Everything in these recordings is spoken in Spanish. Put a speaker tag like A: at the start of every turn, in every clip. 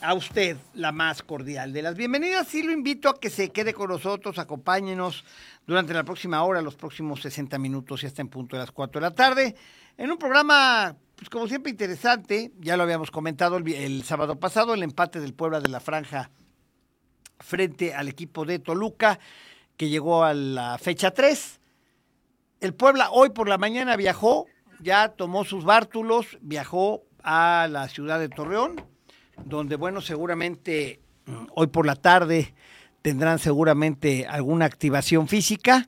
A: a usted la más cordial de las bienvenidas y lo invito a que se quede con nosotros, acompáñenos durante la próxima hora, los próximos 60 minutos y hasta en punto de las 4 de la tarde, en un programa, pues como siempre, interesante, ya lo habíamos comentado el, vi- el sábado pasado, el empate del Puebla de la Franja frente al equipo de Toluca, que llegó a la fecha 3. El Puebla hoy por la mañana viajó, ya tomó sus bártulos, viajó a la ciudad de Torreón, donde, bueno, seguramente mm, hoy por la tarde tendrán seguramente alguna activación física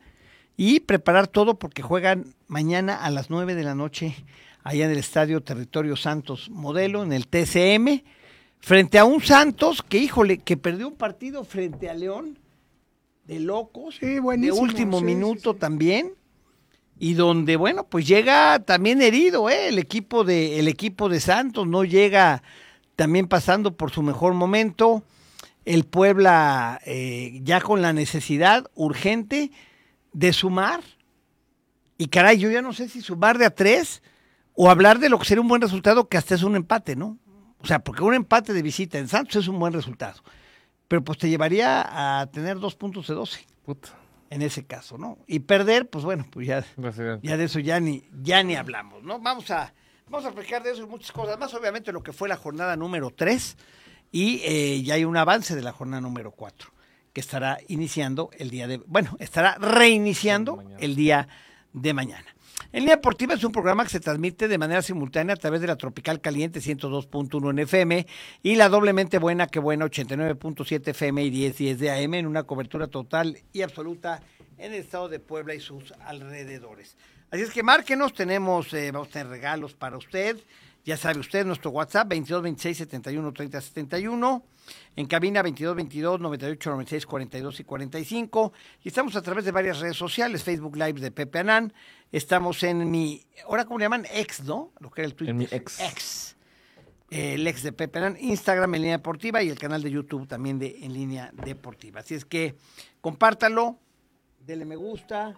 A: y preparar todo porque juegan mañana a las 9 de la noche allá en el Estadio Territorio Santos Modelo, en el TCM, frente a un Santos que, híjole, que perdió un partido frente a León de locos,
B: Sí,
A: de
B: buenísimo,
A: último
B: sí, sí,
A: minuto
B: sí.
A: también y donde bueno pues llega también herido ¿eh? el equipo de el equipo de Santos no llega también pasando por su mejor momento el Puebla eh, ya con la necesidad urgente de sumar y caray yo ya no sé si sumar de a tres o hablar de lo que sería un buen resultado que hasta es un empate no o sea porque un empate de visita en Santos es un buen resultado pero pues te llevaría a tener dos puntos de doce
C: Puta.
A: en ese caso, ¿no? Y perder, pues bueno, pues ya,
C: gracias.
A: ya de eso ya ni, ya ni hablamos, ¿no? Vamos a, vamos a platicar de eso y muchas cosas más, obviamente lo que fue la jornada número 3 y eh, ya hay un avance de la jornada número 4 que estará iniciando el día de, bueno, estará reiniciando
C: Mañana.
A: el día de mañana. En Línea Deportiva es un programa que se transmite de manera simultánea a través de la Tropical Caliente 102.1 en FM y la doblemente buena que buena 89.7 FM y 1010 de AM en una cobertura total y absoluta en el estado de Puebla y sus alrededores. Así es que márquenos, tenemos, eh, vamos a tener regalos para usted. Ya sabe usted, nuestro WhatsApp 22 26 71 30 71. En cabina 22 22 98 96 42 y 45. Y estamos a través de varias redes sociales: Facebook Live de Pepe Anán. Estamos en mi. Ahora, ¿cómo le llaman? Ex, ¿no? Lo que era el Twitter.
C: En mi ex.
A: Ex. El ex de Pepe Anán, Instagram en línea deportiva y el canal de YouTube también de en línea deportiva. Así es que compártalo, dele me gusta.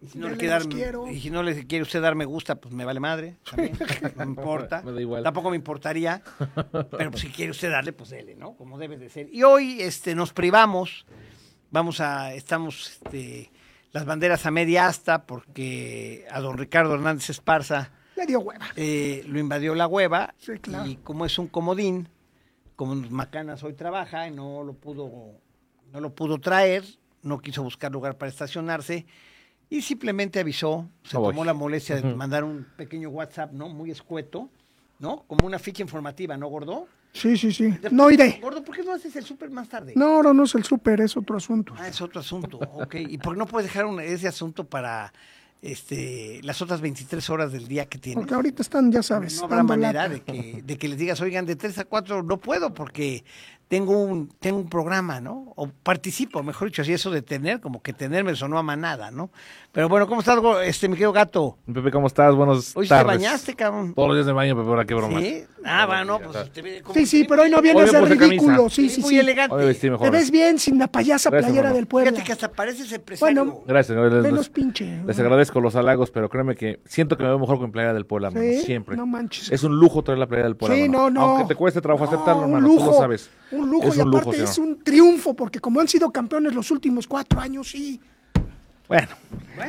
A: Y si no,
B: Dele
A: le quiere dar-
B: los quiero.
A: y si no le quiere usted dar me gusta, pues me vale madre. también, no me importa.
C: Me da igual.
A: Tampoco me importaría. Pero pues, si quiere usted darle, pues dele, ¿no? Como debe de ser. Y hoy este, nos privamos. Vamos a. Estamos este, las banderas a media asta porque a don Ricardo Hernández Esparza
B: Le dio hueva.
A: eh, lo invadió la hueva
B: Sí, claro.
A: y como es un comodín, como Macanas hoy trabaja y no lo pudo, no lo pudo traer, no quiso buscar lugar para estacionarse y simplemente avisó, se
C: No voy.
A: tomó la molestia de
C: Ujú.
A: mandar un pequeño WhatsApp, ¿no? Muy escueto, ¿no? Como una ficha informativa, ¿no, Gordo?
B: Sí, sí, sí. No iré.
A: Gordo, ¿por qué no haces el súper más tarde?
B: No, ahora no es el súper, es otro asunto.
A: Ah, es otro asunto, ok. ¿Y por qué no puedes dejar un- ese asunto para este, las otras 23 horas del día que tienes?
B: Porque ahorita están, ya sabes,
A: No habrá
B: dando
A: manera
B: lata.
A: de que, de que les digas, oigan, de 3 a 4 no puedo porque tengo un, tengo un programa, ¿no? O participo, mejor dicho, así eso de tener, como que tener me sonó a manada, ¿no? Pero bueno, ¿cómo estás, go- este, mi querido gato?
C: Pepe, ¿cómo estás? Buenos
A: Hoy sí te
C: tardes.
A: bañaste, cabrón.
C: Todos los días de baño, Pepe, ahora qué broma.
A: ¿Sí? Ah, bueno,
C: Ahora
A: pues.
C: sí,
A: te ve como
B: Sí, sí,
A: que-
B: pero hoy no viene
C: Hoy me
B: a ser
C: puse
B: ridículo.
C: camisa.
B: Sí,
A: muy
B: sí, sí.
A: elegante.
C: Hoy vestí mejor.
B: Te ves bien sin la payasa
C: Gracias,
B: playera
C: mamá.
B: del
A: Fíjate
B: puebla.
A: que hasta pareces empresario.
B: Bueno,
C: Gracias, señores. Les,
B: Menos
C: les-
B: pinche.
C: les agradezco los halagos, pero créeme que siento que me veo mejor con playera del Puebla, mano,
B: Sí,
C: siempre.
B: No manches.
C: Es un lujo traer la playera del Puebla,
B: Sí,
C: mano.
B: no, no.
C: Aunque te cueste trabajo
B: No,
C: aceptarlo,
B: un
C: hermano, tú
B: lujo,
C: lo sabes.
B: Un lujo
C: Es
B: y
C: un lujo,
B: aparte
C: señor.
B: es un triunfo, porque como han sido campeones los últimos cuatro años, sí.
C: Bueno,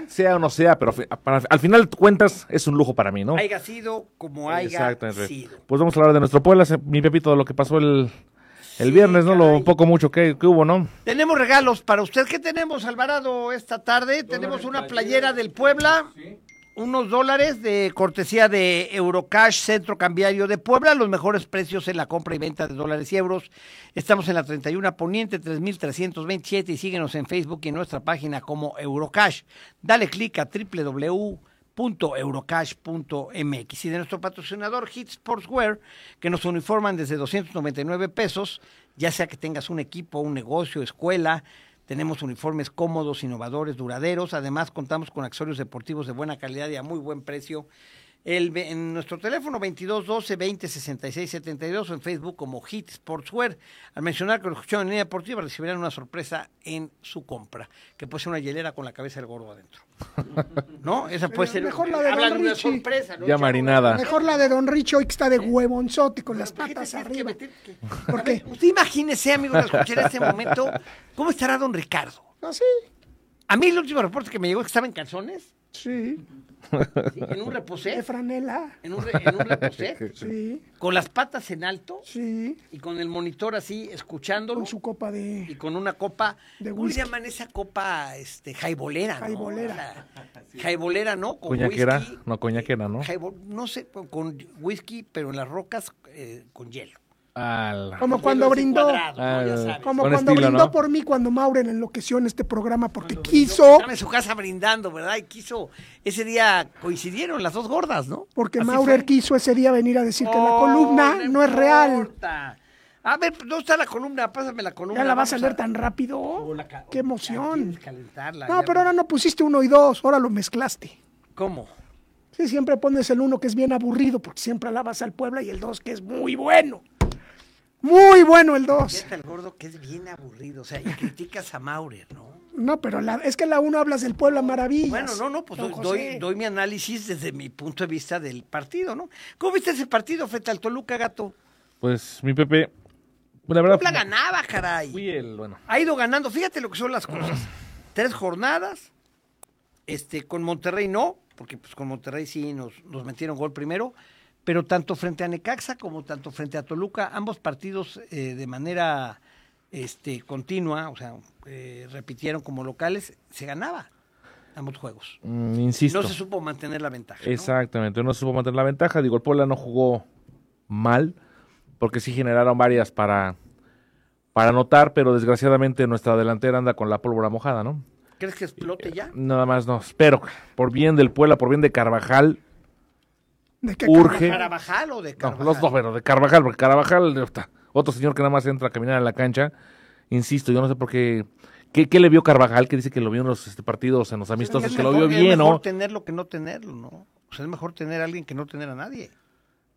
C: sea o no sea, pero fi- para- al final de cuentas es un lujo para mí, ¿no?
A: Haya sido como haya
C: Exactamente.
A: sido.
C: Pues vamos a hablar de nuestro Puebla, se- mi Pepito, de lo que pasó el, el viernes, ¿no?
A: caray.
C: Lo poco mucho que, que hubo, ¿no?
A: Tenemos regalos para usted. ¿Qué tenemos, Alvarado, esta tarde? Tenemos una playera del Puebla, unos dólares de cortesía de Eurocash Centro Cambiario de Puebla, los mejores precios en la compra y venta de dólares y euros. Estamos en la 31 Poniente 3327 y síguenos en Facebook y en nuestra página como Eurocash. Dale clic a www eurocash.mx y de nuestro patrocinador Hit Sportswear, que nos uniforman desde 299 pesos, ya sea que tengas un equipo, un negocio, escuela, Tenemos uniformes cómodos, innovadores, duraderos. Además, contamos con accesorios deportivos de buena calidad y a muy buen precio. El, ve- en nuestro teléfono 2212 20 66 72 o en Facebook como Hit Sportswear. Al mencionar que lo escucharon en línea deportiva recibirán una sorpresa en su compra, que puede ser una hielera con la cabeza del gordo adentro. ¿No? Esa puede
B: Eh,
A: ser.
B: mejor la de
A: hablan
B: Don
A: de una
B: Richie.
A: sorpresa, ¿no?
C: Ya
A: Chavo?
C: marinada.
B: Mejor la de Don Richo hoy que está de huevonzote con las
A: ¿Por qué te
B: patas
A: tienes que
B: arriba.
A: meter que-
B: ¿Por qué?
A: Usted imagínese, amigo, lo escuché en este momento, ¿cómo estará don Ricardo?
B: No, ¿Ah, sí.
A: A mí el último reporte que me llegó es que estaba en calzones,
B: Sí.
A: ¿sí? en un reposé,
B: De franela.
A: en un, re- en un reposé,
B: Sí.
A: con las patas en alto
B: Sí.
A: y con el monitor así, escuchándolo
B: Con su copa
A: y
B: de.
A: con una copa,
B: De
A: ¿cómo le
B: whisky.
A: llaman esa copa este, jaibolera? ¿no?
B: Jaibolera.
A: La- jaibolera, ¿no? Con
C: Coñaquera.
A: whisky,
C: No, coñaquera, ¿no?
A: jaibol- no sé, con- con whisky, pero en las rocas eh, con hielo.
C: Al-
B: Como cuando
A: Hielo así
B: brindó.
A: cuadrado, ¿no? Ya
C: Al-
A: sabes.
B: Como
C: Buen
B: cuando
C: estilo,
B: brindó
C: ¿no?
B: por mí cuando Mauren enloqueció en este programa porque quiso.
A: Estaba en su casa brindando, ¿verdad? Y quiso. Ese día coincidieron las dos gordas, ¿no?
B: Porque
A: Así
B: Maurer
A: fue.
B: quiso ese día venir a decir que la
A: Oh,
B: columna no es real.
A: importa. A ver, ¿dónde está la columna? Pásame la columna.
B: Ya la vas a
A: vamos
B: leer tan rápido.
A: Oh, la ca-
B: ¡Qué emoción!
A: tienes que calentarla,
B: No,
A: ya
B: pero ahora no pusiste uno y dos, ahora lo mezclaste.
A: ¿Cómo?
B: Sí, siempre pones el uno que es bien aburrido porque siempre alabas al Puebla y el dos que es muy bueno. Muy bueno el dos.
A: Fíjate el gordo que es bien aburrido. O sea, y criticas a Maurer, ¿no?
B: No, pero la- es que la uno hablas del Puebla maravillas.
A: Bueno, no, no, pues
B: Don
A: doy,
B: José.
A: doy- doy mi análisis desde mi punto de vista del partido, ¿no? ¿Cómo viste ese partido frente al Toluca, gato?
C: Pues mi Pepe, pues, la verdad.
A: La ganaba, caray.
C: Fui el, bueno.
A: ha ido ganando. Fíjate lo que son las cosas. Tres jornadas. Este, con Monterrey no, porque pues con Monterrey sí nos, nos metieron gol primero. Pero tanto frente a Necaxa como tanto frente a Toluca, ambos partidos eh, de manera este, continua, o sea, eh, repitieron como locales, se ganaba ambos juegos.
C: Mm, insisto.
A: No se supo mantener la ventaja. ¿no?
C: Exactamente, no supo mantener la ventaja. Digo, el Puebla no jugó mal, porque sí generaron varias para, para anotar, pero desgraciadamente nuestra delantera anda con la pólvora mojada, ¿no?
A: ¿Crees que explote ya?
C: Nada más no, espero, por bien del Puebla, por bien de Carvajal,
B: ¿De qué
C: urge.
A: ¿De Carabajal o de
C: no,
A: Carvajal?
C: los dos, pero de Carvajal, porque Carvajal, eh, ta, otro señor que nada más entra a caminar a la cancha, insisto, yo no sé por qué, qué, qué le vio Carvajal, que dice que lo vio en los este, partidos, en los amistosos,
A: Es
C: que lo
A: mejor-
C: vio
A: Es
C: bien,
A: mejor
C: ¿no?
A: tenerlo que no tenerlo, ¿no? O sea, es mejor tener a alguien que no tener a nadie.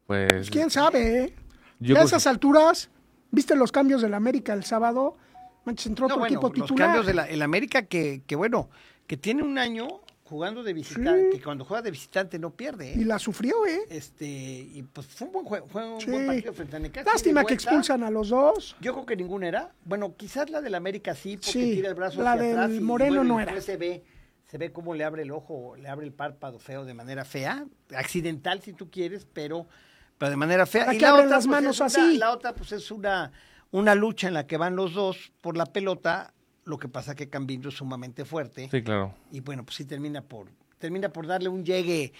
C: Pues,
B: ¿Quién sabe, eh?
C: Yo
B: Ya a
C: creo
B: esas
C: que-
B: alturas, ¿viste los cambios del América el sábado? Manches, entró
A: No,
B: otro
A: bueno,
B: equipo
A: los
B: titular.
A: cambios del el América que, que, bueno, que tiene un año jugando de visitante, que cuando juega de visitante no pierde. ¿eh?
B: Y la sufrió, ¿eh?
A: Este, y pues fue un buen juego, fue un
B: Sí.
A: buen partido frente a Necaxa.
B: Lástima
A: de
B: que
A: vuelta.
B: expulsan a los dos.
A: Yo creo que ninguna era. Bueno, quizás la del América sí, porque
B: Sí,
A: tira el brazo
B: la
A: hacia
B: del
A: atrás y
B: Moreno
A: vuelve y
B: no
A: después
B: era.
A: Se ve, se ve cómo le abre el ojo, le abre el párpado feo de manera fea, accidental si tú quieres, pero, pero de manera fea.
B: ¿Para
A: y
B: qué abren las
A: pues,
B: manos
A: es una-
B: así?
A: la otra pues es una, una lucha en la que van los dos por la pelota, lo que pasa que Cambindo es sumamente fuerte
C: sí, claro.
A: y bueno, pues sí termina por termina por darle un llegue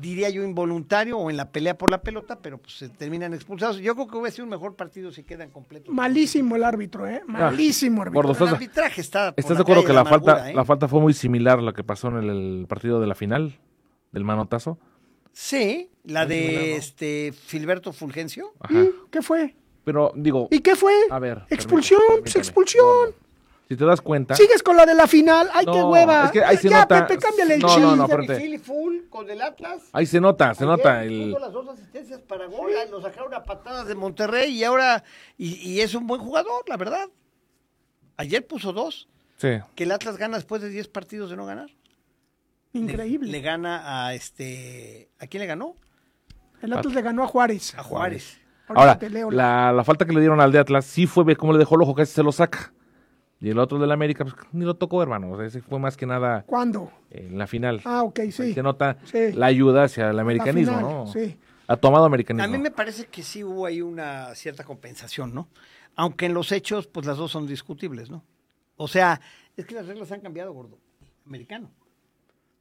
A: diría yo involuntario o en la pelea por la pelota, pero pues se terminan expulsados. Yo creo que hubiese sido un mejor partido si quedan completos.
B: Malísimo el árbitro, ¿eh? Malísimo árbitro.
C: Ah, gordo.
A: El arbitraje está por
C: ¿Estás
A: la
C: de acuerdo
A: calle
C: que la,
A: amargura,
C: falta,
A: ¿eh?
C: la falta fue muy similar a lo que pasó en el, el partido de la final, del manotazo?
A: Sí, la de este Filberto Fulgencio.
C: Ajá.
B: ¿Y ¿Qué fue?
C: Pero digo,
B: ¿Y qué fue?
C: a ver.
B: Expulsión,
C: permítame,
B: pues
C: permítame.
B: expulsión.
C: Si te das cuenta.
B: Sigues con la de la final. ¡Ay, qué
C: No,
B: hueva!
C: es que ahí se
B: ya,
C: nota-
B: Pepe, cámbiale el
C: No,
B: chip.
C: no, no,
A: Esa de
C: espérate.
A: Philly Full con el Atlas.
C: Ahí se nota, Ah, se
A: Ayer
C: nota. El,
A: puso las dos asistencias para gol, nos sacaron a patadas de Monterrey y ahora y, y es un buen jugador, la verdad. Ayer puso dos.
C: sí.
A: que el Atlas gana después de 10 partidos de no ganar.
B: Increíble.
A: Le gana a este. ¿A quién le ganó?
B: el Atlas le ganó a Juárez.
A: A Juárez.
C: Ahora,
B: te leo
C: la, la falta que le dieron al de Atlas sí fue ver cómo le dejó el ojo, casi se lo saca. Y el otro del América, pues ni lo tocó, hermano. O sea, ese fue más que nada
B: ¿Cuándo?
C: en la final.
B: Ah, ok,
C: Ahí
B: sí.
C: se nota
B: Sí.
C: la ayuda hacia el americanismo,
B: final,
C: ¿no?
B: sí.
C: Ha tomado americanismo.
A: A mí me parece que sí hubo ahí una cierta compensación, ¿no? Aunque en los hechos, pues las dos son discutibles, ¿no? O sea, es que las reglas han cambiado, gordo. Americano.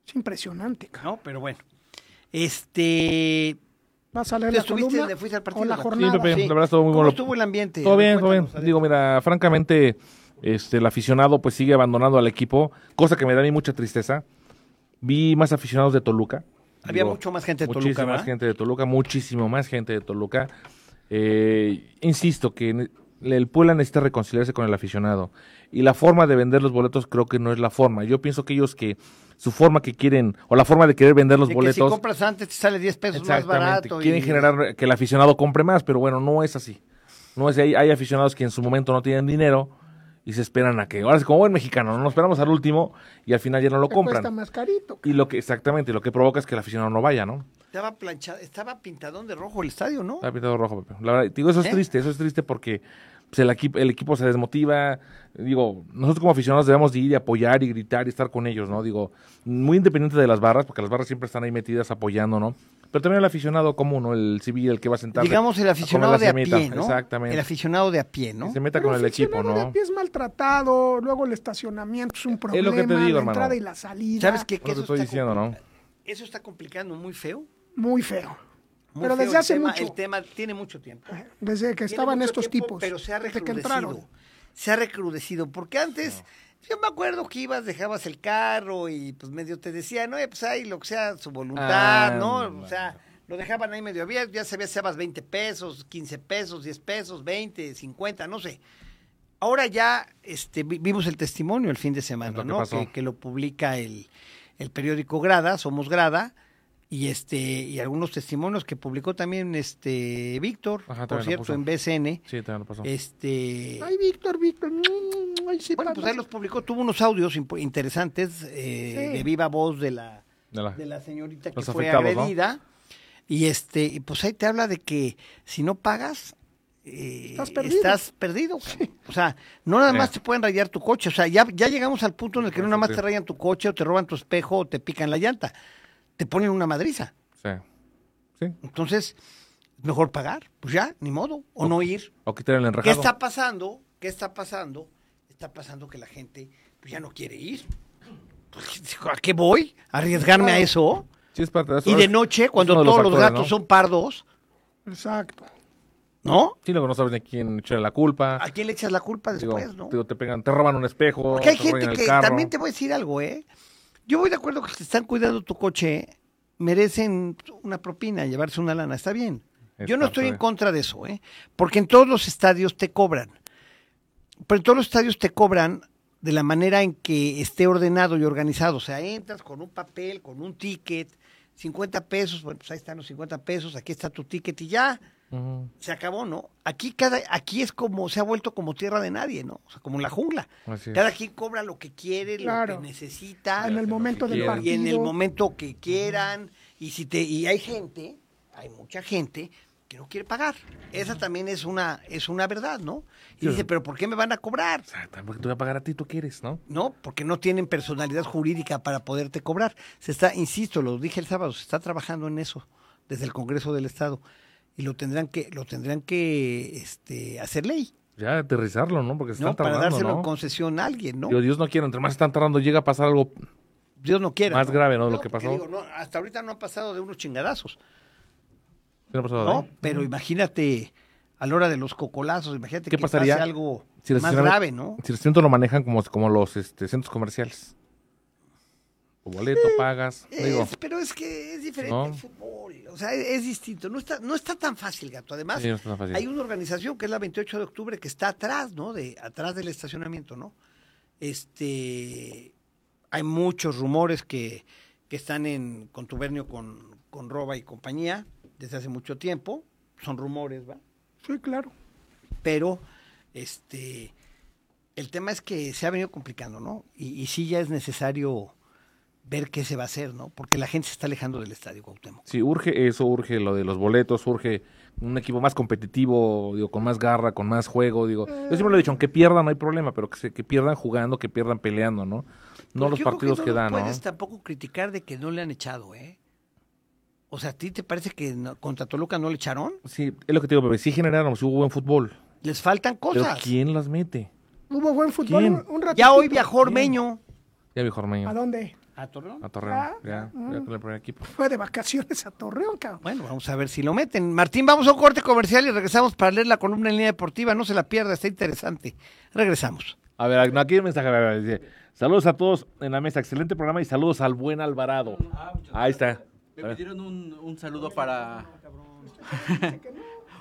B: Es impresionante, cabrón.
A: No, pero bueno. Este.
B: Vas a leer
A: ¿Tú
B: la
A: estuviste,
B: columna
A: le fuiste al partido,
B: o la
A: Max?
B: jornada.
C: Sí, Pepe. la verdad estuvo muy
A: ¿Cómo
C: bueno.
A: estuvo el ambiente?
C: Todo bien, todo bien.
A: Cuéntanos,
C: Digo, mira, francamente, este, el aficionado pues sigue abandonando al equipo, cosa que me da a mí mucha tristeza. Vi más aficionados de Toluca.
A: Había mucho más gente de Toluca,
C: muchísima
A: ¿verdad?
C: más gente de Toluca, muchísimo más gente de Toluca. Eh, insisto que ne- el Puebla necesita reconciliarse con el aficionado. Y la forma de vender los boletos creo que no es la forma. Yo pienso que ellos que su forma que quieren, o la forma de querer vender los
A: De que si
C: boletos,
A: compras antes te sale 10 pesos más
C: Exactamente.
A: barato.
C: Quieren
A: y-
C: generar que el aficionado compre más, pero bueno, no es así. No es hay, hay aficionados que en su momento no tienen dinero y se esperan a que ahora es como buen mexicano, nos esperamos al último y al final ya no lo
B: Te Cuesta
C: compran.
B: más carito.
C: Y lo que exactamente, lo que provoca es que el aficionado no vaya, ¿no?
A: Estaba planchado, estaba pintadón de rojo el estadio, ¿no?
C: Está Ah, pintado rojo, Pepe. La verdad, te digo, eso es
A: ¿Eh?
C: triste, eso es triste porque pues, el, equipo, el equipo se desmotiva. Digo, nosotros como aficionados debemos de ir y apoyar y gritar y estar con ellos, ¿no? Digo, muy independiente de las barras, porque las barras siempre están ahí metidas apoyando, ¿no? Pero también el aficionado común, ¿no? El civil, el que va a sentarse.
A: Digamos el
C: a comer
A: aficionado
C: Ah, la
A: de a
C: semita.
A: pie, ¿no?
C: Exactamente.
A: El aficionado de a pie, ¿no?
C: Que se meta
B: Pero
C: con el equipo,
B: aficionado de
C: ¿no?
B: a pie es maltratado, luego el estacionamiento es un problema,
C: lo que te digo,
B: la
C: hermano.
B: entrada y la salida.
A: ¿Sabes qué?
C: Lo que
A: eso
C: estoy
A: está
C: diciendo, ¿no?
A: compli- Eso está complicando muy feo.
B: Muy feo.
A: muy
B: pero
A: feo
B: desde
A: el
B: hace
A: tema,
B: mucho, eh,
A: El tema tiene mucho tiempo.
B: desde que
A: Tiene
B: estaban
A: mucho
B: estos
A: tiempo,
B: tipos,
A: Pero se ha
B: desde que
A: recrudecido.
B: entraron.
A: Se ha recrudecido. Porque antes, yo me acuerdo que ibas, dejabas el carro y pues medio te decían, no, pues ahí lo que sea, su voluntad,
C: Ah,
A: ¿no?
C: no.
A: O sea, lo dejaban ahí medio abierto, ya sabías si dabas 20 pesos, 15 pesos, 10 pesos, 20, 50, no sé. Ahora ya este, vi- vimos el testimonio el fin de
C: Es lo
A: semana,
C: que
A: ¿no?
C: pasó.
A: Que, que lo publica el, el periódico Grada, Somos Grada, y este y algunos testimonios que publicó también este Víctor,
C: Ajá,
A: por
C: también lo
A: cierto,
C: puso.
A: en BCN.
C: Sí, también lo pasó.
A: Este,
B: Ay, Víctor, Víctor. mm, ay, sí,
A: bueno,
B: pa-
A: pues ahí los publicó, tuvo unos audios impo- interesantes eh,
B: Sí.
A: de viva voz de la,
C: De la-
A: de la señorita que
C: Los
A: fue
C: afectados, ¿no?
A: agredida. Y este, y pues ahí te habla de que si no pagas, eh,
B: Estás perdido.
A: estás perdido, cabrón. O sea, no nada más
C: Eh.
A: te pueden rayar tu coche. O sea, ya, ya llegamos al punto en el que no nada más
C: Sí.
A: te rayan tu coche o te roban tu espejo o te pican la llanta. Te ponen una madriza.
C: Sí. Sí.
A: Entonces, mejor pagar, pues ya, ni modo. O no ir.
C: O quitar el
A: ¿Qué
C: enrejado.
A: está pasando? ¿Qué está pasando? Está pasando que la gente pues, ya no quiere ir. Pues, ¿A qué voy? ¿A ¿Arriesgarme a eso?
C: Sí, es parte de eso.
A: Y de
C: Es-
A: noche,
C: es
A: cuando
C: uno de
A: todos los
C: factores,
A: gatos
C: ¿no?
A: son pardos,
B: Exacto.
A: ¿no?
C: Sí, luego no sabes de quién echarle la culpa.
A: ¿A quién le echas la culpa
C: Digo,
A: después, no?
C: digo, te pegan, te roban un espejo.
A: Porque hay
C: te roban
A: gente
C: el
A: que
C: carro.
A: también te voy a decir algo, ¿eh? Yo voy de acuerdo que si están cuidando tu coche, merecen una propina, llevarse una lana, está bien.
C: Es
A: Yo no
C: parte
A: estoy en
C: de-
A: contra de eso, ¿eh? Porque en todos los estadios te cobran. Pero en todos los estadios te cobran de la manera en que esté ordenado y organizado. O sea, entras con un papel, con un ticket, 50 pesos, bueno, pues ahí están los 50 pesos, aquí está tu ticket y ya
C: Ujú,
A: se acabó, ¿no? Aquí cada, aquí es como, se ha vuelto como tierra de nadie, ¿no? O sea, como la jungla.
C: así es.
A: Cada quien cobra lo que quiere, lo
B: Claro.
A: que necesita,
B: En el momento del
C: quieran.
B: partido.
A: y en el momento que quieran. Y si te, y hay gente, hay mucha gente que no quiere pagar. Esa también es una, es una verdad, ¿no? Y
C: Sí.
A: dice, pero ¿por qué me van a cobrar?
C: O sea, tampoco te voy a pagar a ti, tú quieres, ¿no?
A: ¿No? Porque no tienen personalidad jurídica para poderte cobrar. Se está, insisto, lo dije el sábado, se está trabajando en eso desde el Congreso del Estado. Y lo tendrán que, lo tendrán que este, hacer ley,
C: Ya aterrizarlo, ¿no? Porque se
A: ¿no?
C: están
A: Para
C: tardando,
A: dárselo
C: ¿no?
A: en concesión a alguien, ¿no?
C: Digo, Dios no quiere, entre más están tardando, llega a pasar algo
A: Dios no quiera.
C: más grave, ¿no? De lo que
A: porque
C: pasó.
A: digo, no, hasta ahorita no han pasado de unos chingadazos,
C: ¿Qué ha pasado,
A: ¿no?
C: eh?
A: Pero imagínate, a la hora de los cocolazos, imagínate
C: ¿Qué
A: que
C: pasaría
A: pase algo
C: si el
A: más
C: estacionamiento-
A: grave, ¿no?
C: Si el centro lo manejan como, como los este, centros comerciales. Tu boleto, pagas. digo,
A: Es- pero es que es diferente
C: ¿no?
A: el fútbol, o sea, es, es distinto. No está, no está tan fácil, gato. Además,
C: sí, no está tan fácil.
A: hay una organización que es la 28 de octubre que está atrás, ¿no? De, atrás del estacionamiento, ¿no? Este, hay muchos rumores que, que están en contubernio con, con Roba y compañía desde hace mucho tiempo. Son rumores, ¿va?
B: Sí, claro.
A: pero este el tema es que se ha venido complicando, ¿no? Y, y sí ya es necesario ver qué se va a hacer, ¿no? Porque la gente se está alejando del estadio Cuauhtémoc.
C: Sí, urge eso, urge lo de los boletos, urge un equipo más competitivo, digo, con más garra, con más juego, digo. Yo siempre lo he dicho, aunque pierdan no hay problema, pero que, se, que pierdan jugando, que pierdan peleando, ¿no? No
A: Pero
C: los
A: yo creo
C: partidos que,
A: no
C: dan,
A: No
C: ¿no?
A: puedes tampoco criticar de que no le han echado, ¿eh? O sea, ¿a ti te parece que no- contra Toluca no le echaron?
C: Sí, es lo que te digo, bebé, sí generaron, sí hubo buen fútbol.
A: Les faltan
C: Pero
A: cosas.
C: ¿quién las mete?
B: Hubo buen fútbol
C: ¿Quién?
B: un- un ratito.
A: Ya hoy viajó Ormeño.
C: Ya viejo Armeño,
B: ¿A dónde?
A: ¿A Torreón?
C: a Torreón,
B: Ah,
C: ya,
B: mm.
C: ya con el primer equipo.
B: Fue de vacaciones a Torreón, cabrón.
A: Bueno, vamos a ver si lo meten. Martín, vamos a un corte comercial y regresamos para leer la columna en línea deportiva. No se la pierda, está interesante. Regresamos.
C: A ver, no, aquí hay un mensaje. a ver, a ver, dice, saludos a todos en la mesa, excelente programa y saludos al buen Alvarado. Ahí está.
D: Me pidieron un, un saludo para.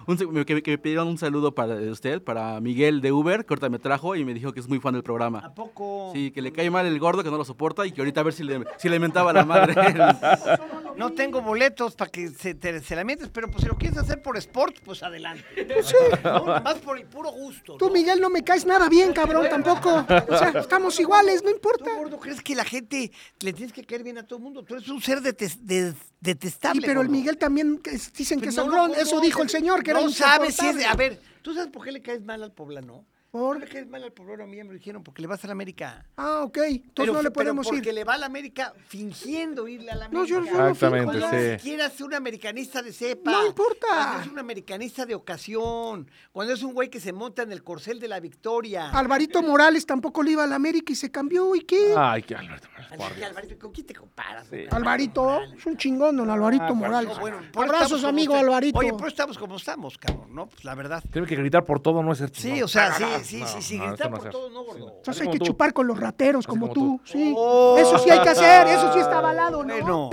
D: un seg- que, me- que me pidieron un saludo para de usted, para Miguel de Uber, que ahorita me trajo y me dijo que es muy fan del
A: ¿A
D: programa.
A: poco?
D: Sí, que le cae mal el gordo, que no lo soporta y que ahorita a ver si le, si le mentaba la madre.
A: No tengo boletos para que se, te- se la mientes, pero pues si lo quieres hacer por sport, pues adelante. No, nada más por el puro gusto.
B: Tú,
A: ¿no?
B: Miguel, no me caes nada bien, cabrón, tampoco. O sea, estamos iguales, no
A: Tú,
B: importa.
A: gordo, crees que la gente le tienes que caer bien a todo el mundo. Tú eres un ser detes- de-
B: Sí,
A: detestable.
B: pero el
A: gordo.
B: Miguel también que es- dicen que es
A: Pero Pues no
B: sangrón.
A: lo
B: Eso
A: conoce.
B: dijo el señor, que
A: no
B: era
A: sabes si es de-
B: insoportable.
A: A ver, ¿tú sabes por qué le caes mal al poblano?
B: ¿Por?
A: ¿Por qué le caes mal al poblano a mí? ya Me lo dijeron, porque le vas a la América.
B: Ah, ok. Entonces
A: Pero-
B: no le
A: pero
B: podemos ir.
A: Porque le va a la América fingiendo irle a la América.
B: No, yo- yo no
C: Exactamente,
B: finjo,
A: Cuando
B: yo-
C: sí.
A: ni siquiera es un americanista de cepa.
B: No importa.
A: Cuando es un americanista de ocasión. Cuando es un güey que se monta en el corcel de la victoria. Ah.
B: Alvarito Morales tampoco le iba al América y se cambió. ¿Y qué?
C: Ay, qué Alberto. Morales, por
A: Enrique
C: Dios.
A: Alvarito, ¿con quién te comparas? güey?
B: Alvarito, es un chingón, don Alvarito Morales.
A: Ah, No, bueno, por eso estamos
B: Abrazos,
A: como
B: amigo
A: está-
B: Alvarito.
A: Oye, pues, pero estamos como estamos, cabrón, ¿no? Pues la verdad.
C: Tiene que gritar por todo, no es cierto.
A: Sí, o sea, sí, sí, sí, sí, gritar por todo, no, gordo.
B: Entonces hay que chupar con los rateros como,
C: como
B: tú.
C: tú.
B: Sí.
A: Oh.
B: Eso sí hay que hacer, eso sí está avalado, ¿no?
A: Bueno,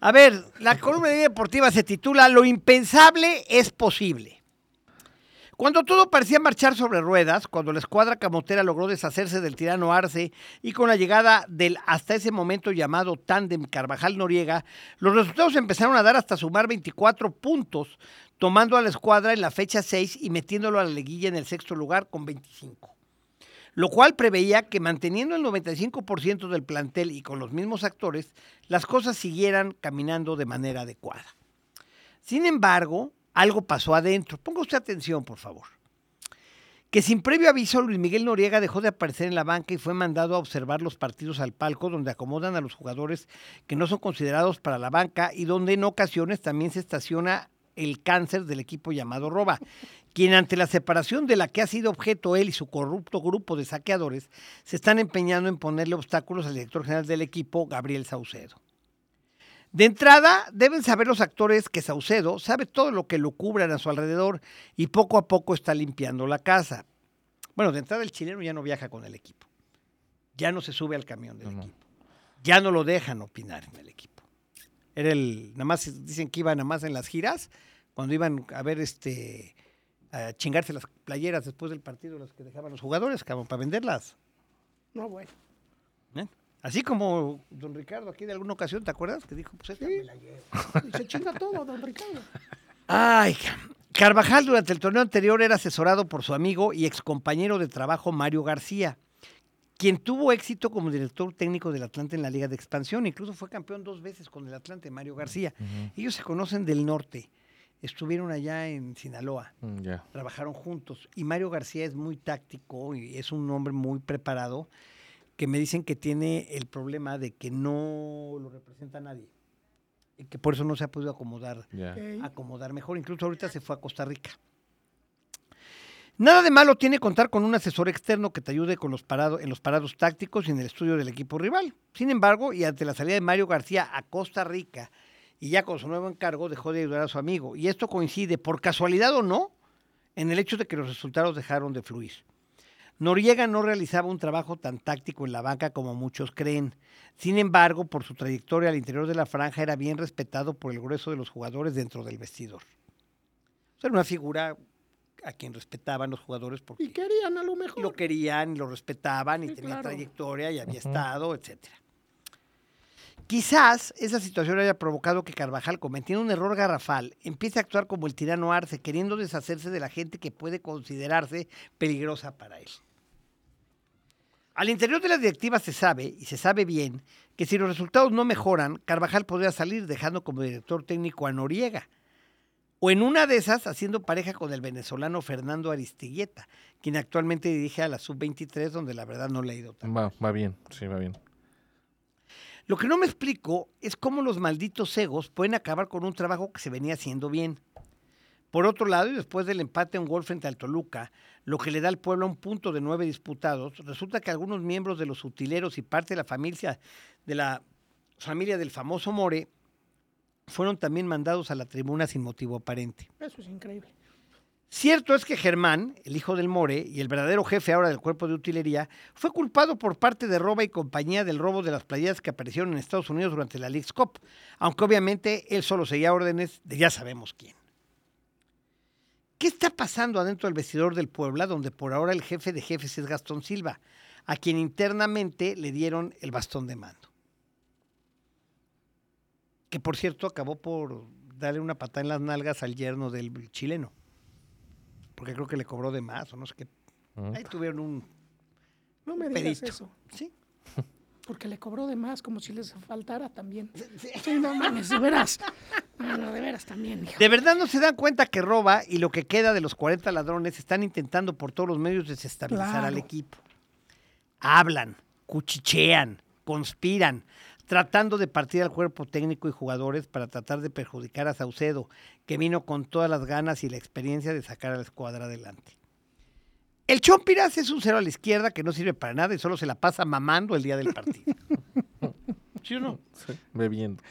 A: a ver, la columna de deportiva se titula Lo impensable es posible. Cuando todo parecía marchar sobre ruedas, cuando la escuadra camotera logró deshacerse del tirano Arce y con la llegada del hasta ese momento llamado tándem Carvajal-Noriega, los resultados empezaron a dar hasta sumar 24 puntos, tomando a la escuadra en la fecha 6 y metiéndolo a la liguilla en el sexto lugar con 25 lo cual preveía que manteniendo el 95% del plantel y con los mismos actores, las cosas siguieran caminando de manera adecuada. Sin embargo, algo pasó adentro. Ponga usted atención, por favor. Que sin previo aviso, Luis Miguel Noriega dejó de aparecer en la banca y fue mandado a observar los partidos al palco, donde acomodan a los jugadores que no son considerados para la banca y donde en ocasiones también se estaciona el cáncer del equipo llamado Roba, quien ante la separación de la que ha sido objeto él y su corrupto grupo de saqueadores, se están empeñando en ponerle obstáculos al director general del equipo, Gabriel Saucedo. De entrada, deben saber los actores que Saucedo sabe todo lo que lucubran a su alrededor y poco a poco está limpiando la casa. Bueno, de entrada el chileno ya no viaja con el equipo. Ya no se sube al camión del
C: No, no.
A: equipo. Ya no lo dejan opinar en el equipo. Era el, nada más dicen que iban nada más en las giras, cuando iban a ver este a chingarse las playeras después del partido las que dejaban los jugadores, cabrón, para venderlas.
B: No, bueno.
A: ¿eh? Así como don Ricardo aquí de alguna ocasión, ¿te acuerdas? Que dijo, pues esta me la llevo.
B: Y se chinga todo, don Ricardo.
A: Ay, Carvajal durante el torneo anterior era asesorado por su amigo y excompañero de trabajo Mario García, quien tuvo éxito como director técnico del Atlante en la Liga de Expansión. Incluso fue campeón dos veces con el Atlante, Mario García. Ellos se conocen del norte. Estuvieron allá en Sinaloa,
C: Mm, Ya.
A: trabajaron juntos. Y Mario García es muy táctico y es un hombre muy preparado que me dicen que tiene el problema de que no lo representa nadie. Y que por eso no se ha podido acomodar
C: Ya.
B: Ok.
A: acomodar mejor. Incluso ahorita se fue a Costa Rica. Nada de malo tiene contar con un asesor externo que te ayude con los parado- en los parados tácticos y en el estudio del equipo rival. Sin embargo, y ante la salida de Mario García a Costa Rica y ya con su nuevo encargo dejó de ayudar a su amigo. Y esto coincide, por casualidad o no, en el hecho de que los resultados dejaron de fluir. Noriega no realizaba un trabajo tan táctico en la banca como muchos creen. Sin embargo, por su trayectoria al interior de la franja era bien respetado por el grueso de los jugadores dentro del vestidor. O sea, Era una figura a quien respetaban los jugadores porque
B: Y querían a lo mejor.
A: lo querían, lo respetaban y
B: Sí,
A: tenía
B: claro.
A: trayectoria y había estado, etcétera. Quizás esa situación haya provocado que Carvajal, cometiendo un error garrafal, empiece a actuar como el tirano Arce, queriendo deshacerse de la gente que puede considerarse peligrosa para él. Al interior de la directiva se sabe, y se sabe bien, que si los resultados no mejoran, Carvajal podría salir dejando como director técnico a Noriega. O en una de esas, haciendo pareja con el venezolano Fernando Aristigueta, quien actualmente dirige a la Sub-23, donde la verdad no le ha ido tan
C: Va, va bien, sí, va bien.
A: lo que no me explico es cómo los malditos egos pueden acabar con un trabajo que se venía haciendo bien. Por otro lado, y después del empate a un gol frente al Toluca, lo que le da al pueblo un punto de nueve disputados, resulta que algunos miembros de los utileros y parte de la familia, de la familia del famoso More fueron también mandados a la tribuna sin motivo aparente.
B: Eso es increíble.
A: Cierto es que Germán, el hijo del More y el verdadero jefe ahora del cuerpo de utilería, fue culpado por parte de Roba y compañía del robo de las playas que aparecieron en Estados Unidos durante la League's Cup, aunque obviamente él solo seguía órdenes de ya sabemos quién. ¿Qué está pasando adentro del vestidor del Puebla, donde por ahora el jefe de jefes es Gastón Silva, a quien internamente le dieron el bastón de mando? Que por cierto acabó por darle una patada en las nalgas al yerno del chileno. Porque creo que le cobró de más o no sé qué. Ahí tuvieron un
B: No me digas
A: pedito.
B: eso.
A: Sí.
B: Porque le cobró de más, como si les faltara también. Sí, no mames, de veras. No, no, de veras también, hijo.
A: De verdad no se dan cuenta que roba y lo que queda de los 40 ladrones están intentando por todos los medios desestabilizar
B: Claro.
A: al equipo. Hablan, cuchichean, conspiran, tratando de partir al cuerpo técnico y jugadores para tratar de perjudicar a Saucedo, que vino con todas las ganas y la experiencia de sacar a la escuadra adelante. El Chompiras es un cero a la izquierda que no sirve para nada y solo se la pasa mamando el día del partido. ¿Sí o no?
C: Bebiendo.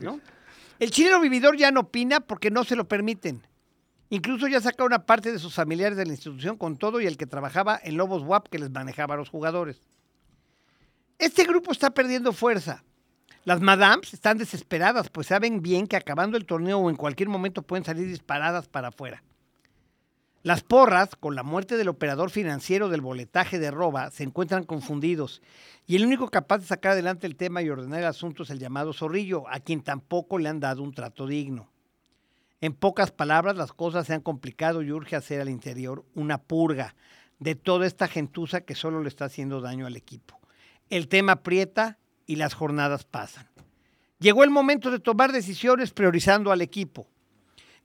A: ¿no? El chileno vividor ya no opina porque no se lo permiten. Incluso ya saca una parte de sus familiares de la institución con todo y el que trabajaba en Lobos WAP que les manejaba a los jugadores. Este grupo está perdiendo fuerza. Las madams están desesperadas, pues saben bien que acabando el torneo o en cualquier momento pueden salir disparadas para afuera. Las porras, con la muerte del operador financiero del boletaje de roba, se encuentran confundidos y el único capaz de sacar adelante el tema y ordenar el asunto es el llamado Zorrillo, a quien tampoco le han dado un trato digno. En pocas palabras, las cosas se han complicado y urge hacer al interior una purga de toda esta gentuza que solo le está haciendo daño al equipo. El tema aprieta y las jornadas pasan. Llegó el momento de tomar decisiones priorizando al equipo.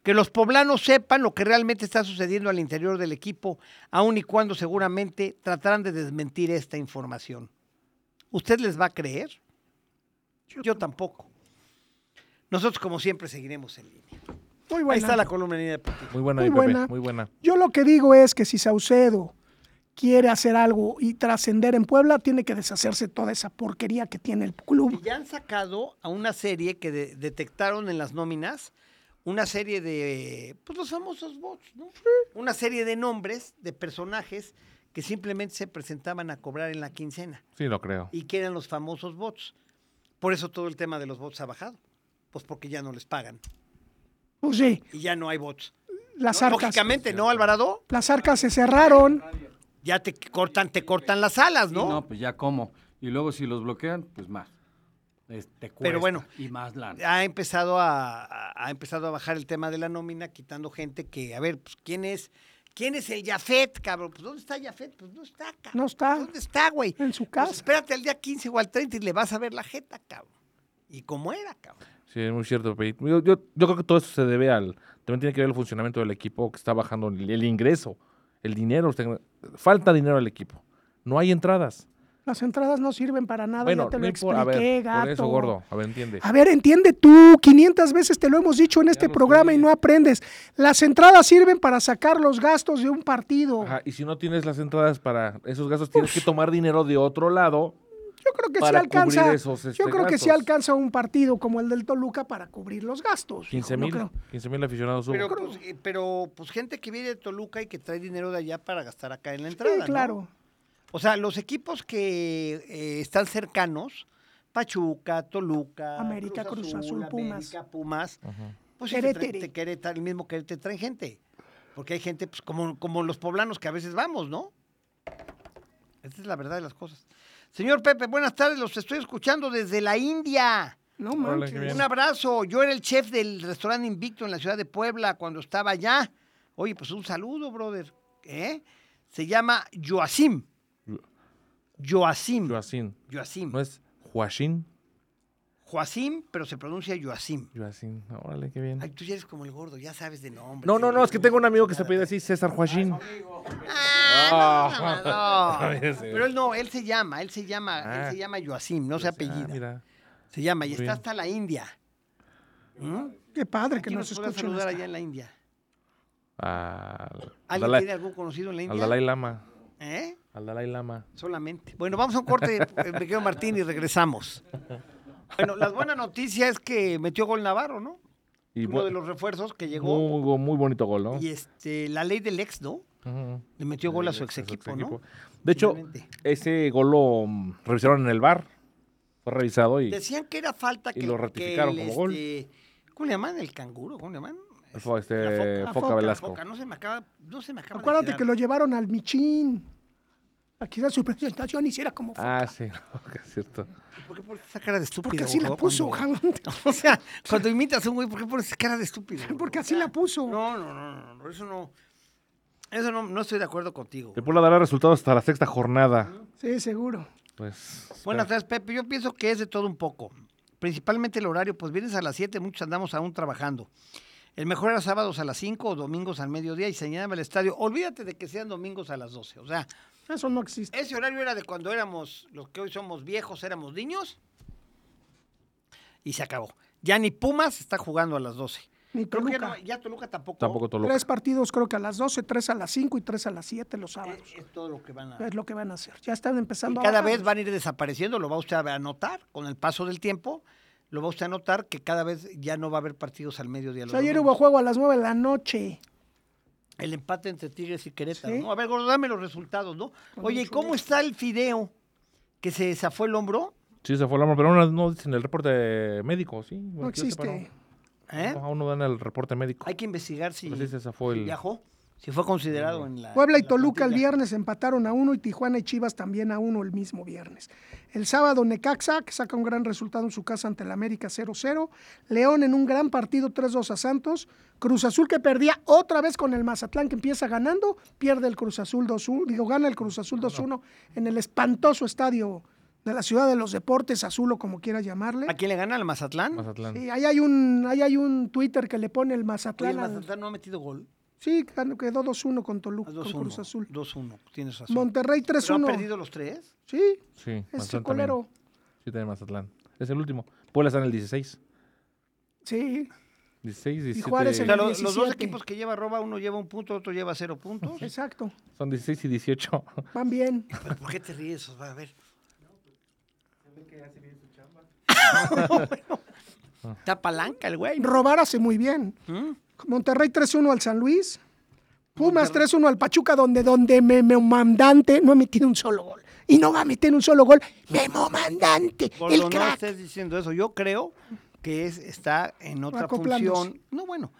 A: Que los poblanos sepan lo que realmente está sucediendo al interior del equipo, aun y cuando seguramente tratarán de desmentir esta información. ¿Usted les va a creer? Yo, tampoco. Nosotros, como siempre, seguiremos en línea.
B: Muy buena.
A: Ahí está la columna en línea deportiva.
C: Muy buena,
B: Muy
C: mi Pepe,
B: buena.
C: muy buena.
B: Yo lo que digo es que si Saucedo quiere hacer algo y trascender en Puebla, tiene que deshacerse toda esa porquería que tiene el
A: Y
B: club.
A: ya han sacado a una serie que de- detectaron en las nóminas, una serie de, pues los famosos bots, ¿no? Una serie de nombres, de personajes que simplemente se presentaban a cobrar en la quincena
C: Sí, lo creo.
A: y que eran los famosos bots. Por eso todo el tema de los bots ha bajado, pues porque ya no les pagan
B: Pues sí,
A: y ya no hay bots.
B: las
A: ¿No?
B: arcas.
A: Lógicamente, ¿no, Alvarado?
B: Las arcas se cerraron.
A: Ya te cortan, te cortan las alas,
E: ¿no?
A: ¿no?
E: pues ya como. Y luego si los bloquean, pues más. Es- te cuesta
A: bueno,
E: Y más lana.
A: ha empezado a, a- ha empezado a bajar el tema de la nómina, quitando gente que, a ver, pues quién es, quién es el Jafet, cabrón. Pues dónde está Jafet, pues no está, cabrón.
B: No está.
A: ¿Dónde está, güey?
B: En su
A: Pues,
B: casa.
A: espérate al día 15 o al 30 y le vas a ver la jeta, cabrón. Y cómo era, cabrón.
C: Sí, es muy cierto, Pepe. Yo, yo- yo creo que todo eso se debe al. También tiene que ver el funcionamiento del equipo que está bajando el, el ingreso, el dinero. usted- falta dinero al equipo. No hay entradas.
B: Las entradas no sirven para nada.
C: bueno,
B: ya Ah, te lo
C: no importa.
B: expliqué,
C: A ver,
B: gato. Ah,
C: por eso, gordo. A ver, entiende.
B: A ver, entiende tú, 500 veces te lo hemos dicho en este
C: lo
B: programa
C: sé.
B: y no aprendes. Las entradas sirven para sacar los gastos de un partido.
C: Ajá, y si no tienes las entradas para esos gastos, tienes que tomar dinero de otro lado.
B: Yo creo que sí
C: para cubrir
B: alcanza.
C: esos, este,
B: yo creo que sí
C: gastos.
B: alcanza un partido como el del Toluca para cubrir los gastos.
C: 15
B: hijo, no
C: mil
B: creo.
C: aficionados hubo.
A: Pero pues, eh, pero, pues, gente que viene de Toluca y que trae dinero de allá para gastar acá en la
B: Sí,
A: entrada. ¿no?
B: claro.
A: O sea, los equipos que eh, están cercanos, Pachuca, Toluca,
B: América, Cruz Azul, Pumas.
A: América, Pumas, pues sí,
B: Querétaro.
A: te traen- te Querétaro, el mismo Querétaro traen gente. Porque hay gente, pues, como, como los poblanos que a veces vamos, ¿no? Esa es la verdad de las cosas. Señor Pepe, buenas tardes, los estoy escuchando desde la India.
B: No
C: Órale,
B: manches.
C: qué bien.
A: Un abrazo. Yo era el chef del restaurante Invicto en la ciudad de Puebla cuando estaba allá. Oye, pues un saludo, brother. ¿Eh? Se llama Joacim. Joacim.
C: Joacín.
A: Joacim.
C: ¿No es Joachín?
A: Joacim, pero se pronuncia Joacim.
C: Joacín. Órale, qué
A: Ay,
C: bien.
A: tú ya eres como el gordo, ya sabes de nombre.
C: No, no, no, es que tengo un amigo que se pide así, César Joachín.
A: Ah, no, mamador.
C: Ese.
A: Pero él no, él se llama, él se llama,
C: Ah.
A: él se llama Joacim, no se
C: Ah,
A: apellida.
C: mira.
A: Se llama y
C: Bien.
A: está hasta la India.
B: Qué padre que
A: ¿Quién nos
B: nos
A: puede
B: escuchen.
A: saludar
B: hasta-
A: allá en la India?
C: Al,
A: ¿Alguien
C: Ah, Dalai,
A: tiene algún conocido en la
C: al
A: India?
C: Dalai Lama.
A: ¿Eh?
C: Al Dalai Lama.
A: Solamente. Bueno, vamos a un corte, eh, me quedo Martín, y regresamos. Bueno, la buena noticia es que metió gol Navarro, ¿no?
C: Y
A: Uno
C: bu-
A: de los refuerzos que llegó.
C: muy, go- muy bonito gol, ¿no?
A: Y este, la ley del ex, ¿no?
C: Ujú.
A: Le metió gol a su
C: Ex-
A: ex equipo, ¿no?
C: equipo. De hecho,
A: Finalmente.
C: ese gol lo mm, revisaron en el bar. Fue revisado y
A: Decían que era falta
C: Y
A: que.
C: lo
A: que
C: ratificaron
A: el,
C: como gol.
A: este, ¿Cómo le llaman? ¿El canguro? ¿Cómo le llaman?
C: El fo- este,
A: La foca. La
C: Foca
B: foca,
C: Velasco.
A: Foca, no se me acaba, no se me acaba de
B: Acuérdate
A: quedar.
B: que lo llevaron al Michín. Aquí era su presentación hiciera como.
C: Ah, sí, Foca, es cierto.
A: ¿Por qué pones esa cara de estúpido?
B: porque así la
A: bro,
B: puso,
A: cuando-
B: Jalante.
A: O sea, cuando imitas a un güey, ¿por qué pones esa cara de estúpido? bro?
B: Porque así la puso.
A: No, no, no, no, no, eso no. Eso no, no estoy de acuerdo contigo.
C: El Puebla dará resultados hasta la sexta jornada.
B: Sí, seguro.
C: Pues.
A: Buenas tardes, Pepe. Yo pienso que es de todo un poco. Principalmente el horario, pues vienes a las 7, muchos andamos aún trabajando. El mejor era sábados a las 5 o domingos al mediodía y se llenaba el estadio. Olvídate de que sean domingos a las 12. O sea,
B: Eso no existe.
A: ese horario era de cuando éramos, los que hoy somos viejos, éramos niños. Y se acabó. Ya ni Pumas está jugando a las 12.
B: Ni
A: Creo que
B: Toluca.
A: no, ya Toluca tampoco.
C: Tampoco Toluca.
B: Tres partidos, creo que a las 12, tres a las 5 y tres a las 7 los
A: Es,
B: sábados.
A: es todo lo que van a...
C: Ah.
B: Es lo que van a hacer. Ya están
A: Y
B: empezando
A: cada
B: a bajar.
A: vez van a ir desapareciendo, lo va usted a notar con el paso del tiempo, lo va usted a notar que cada vez ya no va a haber partidos al mediodía.
B: O
A: los
B: sea, ayer hubo
A: domingos.
B: juego a las 9 de la noche.
A: El empate entre Tigres y Querétaro,
B: Sí.
A: ¿no? A ver, gordo, dame los resultados, ¿no? Oye, ¿y ¿cómo está el fideo que se zafó el hombro?
C: Sí, se fue la mano, pero no, no dicen el reporte médico, sí.
B: No existe.
A: ¿Eh?
C: No, aún no dan el reporte médico.
A: Hay que investigar si,
C: Pero sí se zafó
A: si
C: el-
A: viajó, si fue considerado en la...
B: Puebla y
A: en Ah, la
B: Toluca el
A: plantilla.
B: viernes empataron a uno y Tijuana y Chivas también a uno el mismo viernes. El sábado Necaxa, que saca un gran resultado en su casa ante el América 0-0. León en un gran partido 3-2 a Santos. Cruz Azul que perdía otra vez con el Mazatlán que empieza ganando, pierde el Cruz Azul 2-1, digo, gana el Cruz Azul 2-1 en el espantoso estadio de la ciudad de los deportes, azul o como quiera llamarle.
A: ¿A quién le gana el Mazatlán?
C: Mazatlán.
B: Sí, ahí hay un, ahí hay un Twitter que le pone el
A: Oye, el
B: Mazatlán. al-
A: Mazatlán no ha metido gol.
B: sí, ganó- quedó 2-1 con
A: Ah,
B: Toluca, con
A: 2-1,
B: Cruz Azul.
A: 2-1, tienes razón.
B: Monterrey
A: ¿Pero han
B: 3-1.
A: perdido los tres?
B: Sí,
C: Sí,
B: es
C: Mazatlán
B: colero.
C: también. Sí, también Mazatlán. Es el último. Puebla está en el 16.
B: Sí,
C: 16, 17.
B: Juárez
A: O
B: en
A: sea,
B: el-
A: lo- los dos
B: 17.
A: equipos que lleva roba, uno lleva un punto, otro lleva cero puntos.
B: exacto.
C: Son 16 y 18.
B: Van bien.
A: Pues Pero, ¿Por qué te ríes? Osvaldo? a ver. No, bueno. Está palanca el güey.
B: Robar hace muy bien.
A: ¿Mm?
B: Monterrey 3-1 al San Luis. Pumas 3-1 al Pachuca, donde, donde Memo Mandante no ha metido un solo gol. Y no va a meter un solo gol. Memo Mandante, el
A: Gordo, no Este
B: crack.
A: estés diciendo eso. Yo creo que es, está en otra
B: Acoplándose.
A: función. No, bueno.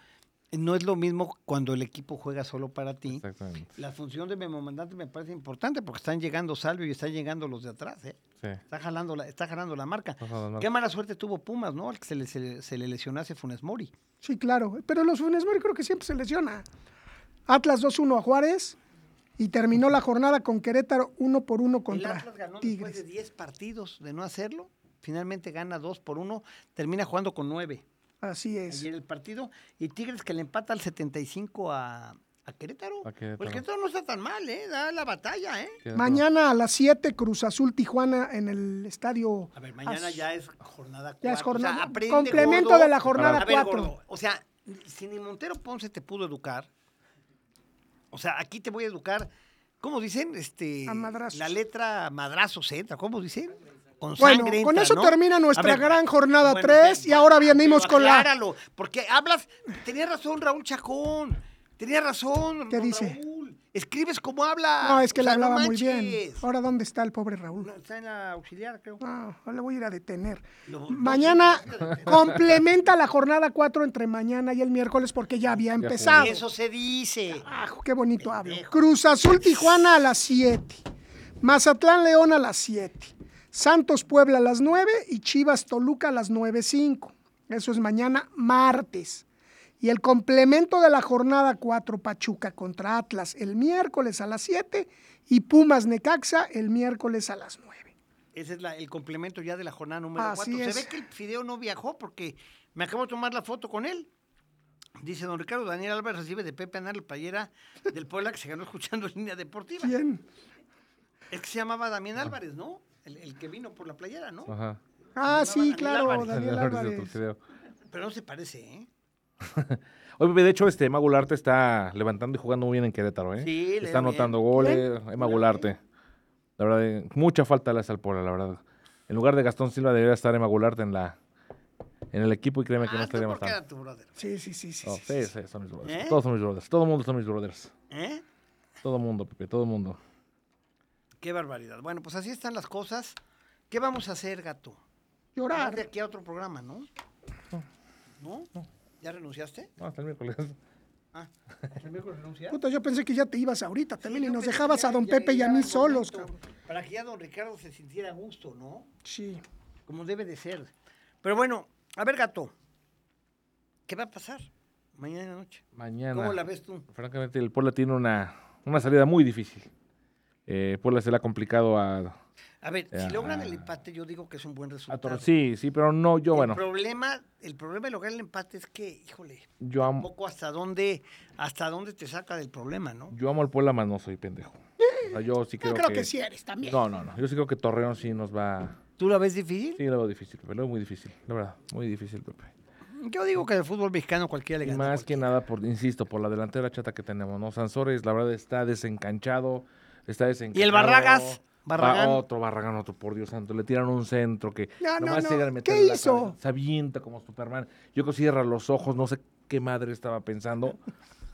A: No es lo mismo cuando el equipo juega solo para ti.
C: Exactamente.
A: La función de Memo Mandante me parece importante porque están llegando Salvio y están llegando los de atrás, ¿eh?
C: Sí.
A: Está jalando la, está jalando la marca.
C: jalando la marca.
A: Qué mala suerte tuvo Pumas, ¿no? Al que se le, se le- se le lesionó hace Funes Mori.
B: Sí, claro. Pero los Funes Mori creo que siempre se lesiona. Atlas 2-1 a Juárez. Y terminó la jornada con Querétaro 1 por 1 contra
A: el Atlas ganó
B: Tigres.
A: después de 10 partidos de no hacerlo. Finalmente gana 2 por 1, termina jugando con 9
B: Así es.
A: ayer el partido. Y Tigres que le empata al 75 a, a Querétaro.
C: A Querétaro.
A: Pues Querétaro no está tan mal, ¿eh? Da la batalla, ¿eh?
C: Queda
B: Mañana a las 7, Cruz Azul Tijuana en el estadio.
A: A ver, mañana
B: Az-
A: ya es jornada 4.
B: Ya es jornada- complemento de la jornada cuatro.
A: o sea, si ni Montero Ponce te pudo educar, o sea, aquí te voy a educar, ¿cómo dicen? Este,
B: A madrazos.
A: La letra madrazos entra, ¿cómo dicen? Con
B: Bueno,
A: sangre
B: con
A: entra,
B: eso
A: ¿no?
B: termina
A: A
B: nuestra gran jornada tres,
A: te-
B: y ahora
A: pero
B: venimos con la-
A: acláralo, porque hablas, tenía razón Raúl Chacón, tenía razón.
B: ¿Qué
A: don
B: dice?
A: Raúl, escribes como habla.
B: No, es que
A: o
B: le
A: sea, no
B: hablaba muy bien.
A: manches.
B: Ahora, ¿dónde está el pobre Raúl?
A: No, Está en la auxiliar, creo.
B: No, no le voy a ir a detener.
A: Lo- lo-
B: Mañana complementa la jornada 4 entre mañana y el miércoles porque ya había
C: jugó.
B: empezado.
A: Eso se dice.
B: Ajo, qué bonito hablo.
A: Pendejo.
B: Cruz Azul Tijuana a las 7. Mazatlán León a las 7. Santos Puebla a las 9 y Chivas Toluca a las 9.05. Eso es mañana martes. Y el complemento de la jornada 4 Pachuca contra Atlas el miércoles a las 7 y Pumas Necaxa el miércoles a las 9.
A: Ese es la- el complemento ya de la jornada número
B: Así
A: 4. Se
B: es.
A: ve que el fideo no viajó porque me acabo de tomar la foto con él. Dice don Ricardo, Daniel Álvarez recibe de Pepe Anar la playera del Puebla que se ganó escuchando línea deportiva.
B: ¿Quién?
A: Es que se llamaba Damián Álvarez, ¿no? El, el que vino por la playera, ¿no?
C: todo. Ajá.
B: Ah, sí,
A: Daniel
B: claro,
A: Álvarez.
B: Daniel
C: Ahora sí, otro
B: Álvarez.
C: video.
A: Pero no se parece, ¿eh?
C: Oye, Pepe, de hecho, este Magularte está levantando y jugando muy bien en Querétaro, ¿eh?
A: Sí, le
C: Está
A: da bien.
C: anotando goles, Magularte. La verdad, eh, mucha falta le hace al Puebla, la verdad. En lugar de Gastón Silva debería estar Magularte en la en el equipo y créeme que
A: Ah,
C: no
A: tú
C: estaría más
A: porque
C: tarde.
A: era tu brother.
B: Sí, sí, sí, sí.
A: Oh,
C: No,
B: sí,
C: sí,
B: sí.
C: sí, son mis brothers.
A: ¿Eh?
C: Todos son mis brothers. Todo el mundo son mis brothers.
A: ¿Eh?
C: Todo el mundo, Pepe, todo el mundo.
A: Qué barbaridad. Bueno, pues así están las cosas. ¿Qué vamos a hacer, gato? Vamos De
B: Llorar.
A: aquí a otro programa, ¿no? ¿No? ¿Ya renunciaste?
C: No, hasta el miércoles.
A: Ah, ¿el miércoles renuncias?
B: Puta, yo pensé que ya te ibas ahorita también
A: Sí,
B: y
A: yo
B: nos
A: pensé
B: dejabas
A: ya-
B: a don
A: ya
B: Pepe y a
A: llegaba
B: mí
A: el
B: solos,
A: momento
B: cabrón.
A: Para que ya don Ricardo se sintiera a gusto, ¿no?
B: Sí.
A: Como debe de ser. Pero bueno, a ver, gato. ¿Qué va a pasar mañana en la noche?
C: Mañana.
A: ¿Cómo la ves tú?
C: Francamente, el Puebla tiene una, una salida muy difícil. Eh, Puebla se le ha complicado a,
A: A ver, si
C: Ah.
A: logran el empate, yo digo que es un buen
C: a
A: resultado.
C: Torres. Sí, sí, pero no, yo, bueno,
A: El problema, el problema de lograr el empate es que, híjole,
C: yo
A: un
C: amo,
A: poco hasta dónde, hasta dónde te saca del problema, ¿no?
C: yo amo al Puebla, más no soy pendejo. O sea, yo sí
B: Yo
C: creo,
B: Ah, creo
C: que,
B: que, sí eres también.
C: No, no, no. Yo sí creo que Torreón sí nos va.
A: ¿Tú la ves difícil?
C: Sí, lo veo difícil, Pepe. Lo veo muy difícil, la verdad. Muy difícil, Pepe.
A: Yo digo que el fútbol mexicano cualquiera le
C: Y
A: gana.
C: más que
A: cualquiera.
C: nada, por, insisto, por la delantera chata que tenemos, ¿no? Sansores, la verdad, está desencanchado. Está desencanchado.
A: Barragas?
C: Va
A: Barragán.
C: otro Barragán, otro, por Dios santo. Le tiraron un centro que
B: No, no,
C: nomás
B: no.
C: llega a meterle
B: ¿Qué
C: la
B: hizo?
C: cabeza, se avienta como Superman. Yo que cierra los ojos, no sé qué madre estaba pensando.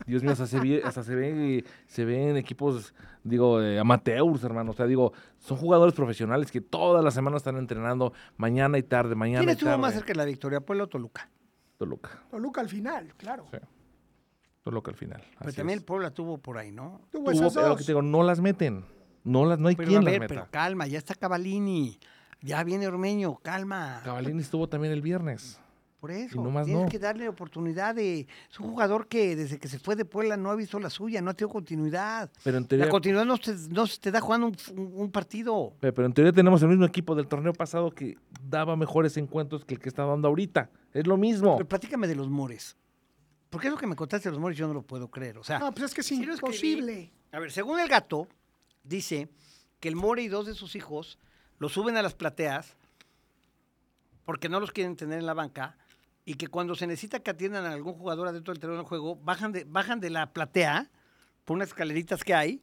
C: Dios mío, hasta se, ve, hasta se, ve, se ven equipos, digo, eh, amateurs, hermano. O sea, digo, son jugadores profesionales que todas las semanas están entrenando mañana y tarde, mañana
A: ¿Quién
C: y
A: estuvo
C: tarde.
A: más cerca de la victoria? Puebla o Toluca.
C: Toluca,
B: Toluca al final, claro.
C: Sí. Toluca al final.
A: Pero
C: Así
A: Pues también
C: es.
A: el Puebla tuvo por ahí, ¿no?
B: Tuvo
C: Hubo,
B: esas
C: pero lo
B: dos.
C: que te digo, no las meten. No, las, no hay
A: Pero a
C: quien las
A: ver,
C: meta.
A: pero calma, ya está Cavalini, ya viene Ormeño, calma.
C: Cavallini estuvo también el viernes.
A: Por eso,
C: nomás
A: tienes
C: no.
A: que darle oportunidad de... Es un jugador que desde que se fue de Puebla no ha visto la suya, no ha tenido continuidad.
C: Pero en
A: La
C: teoría,
A: continuidad no se, no se te da jugando un, un- un partido.
C: pe- pero en teoría tenemos el mismo equipo del torneo pasado que daba mejores encuentros que el que está dando ahorita. Es lo mismo.
A: Pero platícame de los Mores. Porque eso que me contaste de los Mores yo no lo puedo creer. O sea,
B: No, pues es que es
A: Sí lo escribí.
B: imposible.
A: A ver, según el gato, dice que el More y dos de sus hijos lo suben a las plateas porque no los quieren tener en la banca y que cuando se necesita que atiendan a algún jugador adentro del terreno de juego, bajan de, bajan de la platea por unas escaleritas que hay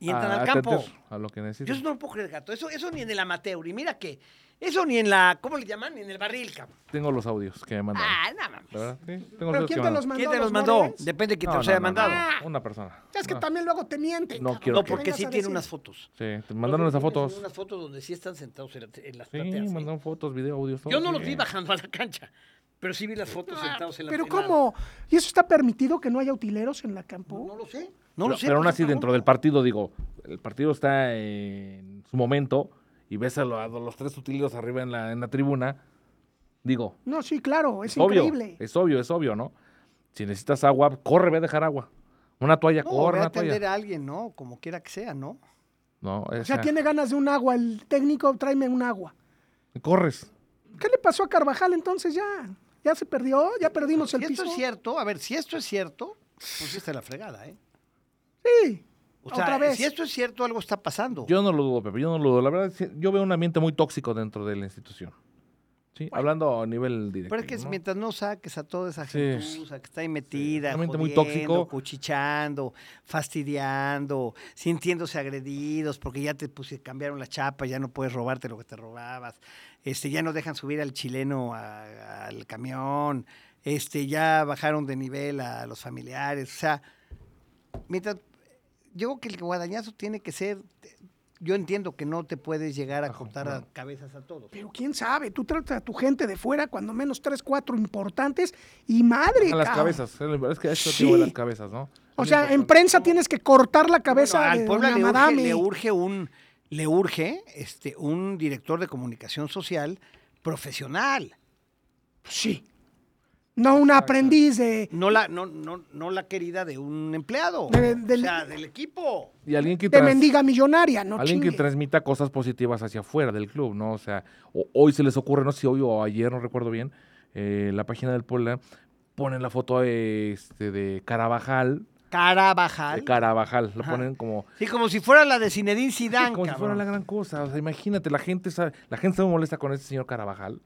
A: y entran
C: A-
A: al
C: a
A: campo.
C: atender Ah, A lo que
A: Yo eso
C: necesitan.
A: no lo puedo creer, gato. Eso, eso ni en el amateur. Y mira que, eso ni en la, ¿cómo le llaman? Ni en el barril, cabrón.
C: Tengo los audios que me mandaron.
A: Ah, nada más.
C: ¿La verdad? Sí, tengo
B: ¿Pero
C: audios que me
B: quién te
C: mandaron.
B: los mandó?
A: ¿Quién te los mandó?
B: Morens?
A: Depende de quién te
C: No,
A: los
C: no, Ah.
A: haya
C: no,
A: mandado. No,
C: no, Una persona.
B: Es que
C: No.
B: también luego te mienten.
C: No
B: cabrón.
C: quiero que-
A: porque
B: vengas
A: sí
B: a
A: tiene
B: decir.
A: unas fotos.
C: Sí, te mandaron esas fotos.
A: pues, Unas fotos donde sí están sentados en, la- en las
C: Sí,
A: plateas. ¿sí?
C: mandaron fotos, video, audios. todo,
A: Yo no
C: sí.
A: los vi bajando a la cancha, pero sí vi las fotos sentados en la
B: Pero
A: en la-
B: ¿cómo? ¿Y eso está permitido que no haya utileros en la campo?
A: No lo sé. No
C: Pero,
A: lo sé.
C: pero aún
A: pues,
C: así,
A: está
C: dentro
A: loco.
C: del partido, digo, el partido está en su momento y ves a, lo- a los tres utileros arriba en la, en la tribuna. Digo,
B: No, sí, claro, es
C: obvio,
B: increíble.
C: es obvio, es obvio, ¿no? Si necesitas agua, corre, ve a dejar agua. Una toalla,
A: No, ve
C: corre,
A: a
C: una
A: atender
C: toalla.
A: a alguien, ¿no? Como quiera que sea, ¿no?
C: No,
B: O sea, tiene ganas de un agua, el técnico tráeme un agua.
C: corres.
B: ¿Qué le pasó a Carvajal entonces ya? ¿Ya se perdió? ¿Ya perdimos
A: Si
B: el
A: esto
B: piso?
A: es cierto, a ver, si esto es cierto, pues sí está la fregada, ¿eh?
B: Sí.
A: O sea,
B: Otra vez.
A: si esto es cierto, algo está pasando.
C: Yo no lo dudo, Pepe, yo no lo dudo. La verdad, sí, yo veo un ambiente muy tóxico dentro de la institución. Sí, hablando a nivel directo.
A: Pero es que
C: ¿no?
A: mientras no saques a toda esa
C: Sí.
A: gente que está ahí metida,
C: Realmente muy
A: jodiendo,
C: tóxico.
A: cuchichando, fastidiando, sintiéndose agredidos, porque ya te puse- cambiaron la chapa, ya no puedes robarte lo que te robabas, este, ya no dejan subir al chileno a- al camión, este, ya bajaron de nivel a los familiares, o sea, mientras yo creo que el guadañazo tiene que ser, yo entiendo que no te puedes llegar a cortar a cabezas a todos.
B: Pero quién sabe, tú tratas a tu gente de fuera, cuando menos tres, cuatro importantes, y madre.
C: A las
B: cabrón.
C: cabezas. Es que eso digo de
B: Sí.
C: las cabezas, ¿no?
B: O sea, en prensa tienes que cortar la cabeza
A: Bueno,
B: de
A: al pueblo
B: doña
A: le urge,
B: madame.
A: le urge un le urge este un director de comunicación social profesional
B: Sí. No un aprendiz de.
A: no la no no no la querida de un empleado
B: De-
A: o
B: del-
A: sea del equipo
C: Y alguien que
B: de
C: trans-
B: mendiga millonaria, ¿no?
C: Alguien que
B: chingue.
C: transmita cosas positivas hacia afuera del club, ¿no? O sea, o- hoy se les ocurre, no sé si hoy o ayer, no recuerdo bien, eh, la página del Puebla ponen la foto eh, este, de Carabajal,
A: Carabajal
C: de Carabajal, lo
A: Ajá.
C: ponen como,
A: sí como si fuera la de Zinedine Zidane
C: como si fuera
A: cabrón.
C: la gran cosa. O sea, imagínate, la gente sabe, la gente se molesta con ese señor Carabajal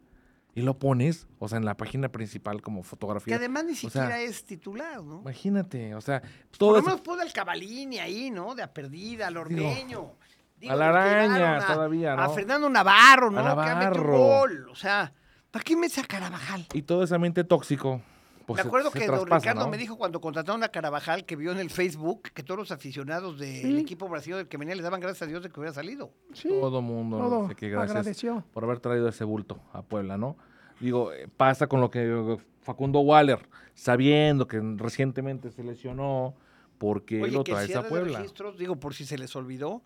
C: y lo pones, o sea, en la página principal como
A: que
C: fotografía.
A: además ni
C: sea,
A: siquiera es titular no
C: Imagínate, o sea,
A: Pues, por
C: todo
A: lo
C: ese-
A: menos pone al Cavalini ahí no de a perdida al Ormeño Digo,
C: a la
A: lo
C: araña
A: tiraron a-
C: todavía,
A: a
C: ¿no?
A: Fernando Navarro no que ha metido un
C: Navarro.
A: gol o sea para qué me a Carabajal
C: y todo ese ambiente tóxico. Pues,
A: me
C: se-
A: acuerdo
C: se
A: que don
C: traspasa,
A: Ricardo
C: ¿no?
A: me dijo cuando contrataron a Carabajal que vio en el Facebook que todos los aficionados del equipo brasileño del que venía le daban gracias a Dios de que hubiera salido.
B: Sí.
C: Todo mundo no
B: Todo
C: sé qué, gracias
B: agradeció.
C: por haber traído ese bulto a Puebla, ¿no? Digo, eh, pasa con lo que eh, Facundo Waller, sabiendo que recientemente se lesionó, porque
A: Oye,
C: lo
A: que el
C: traes a
A: cierre de
C: Puebla.
A: registros, digo, por si se les olvidó,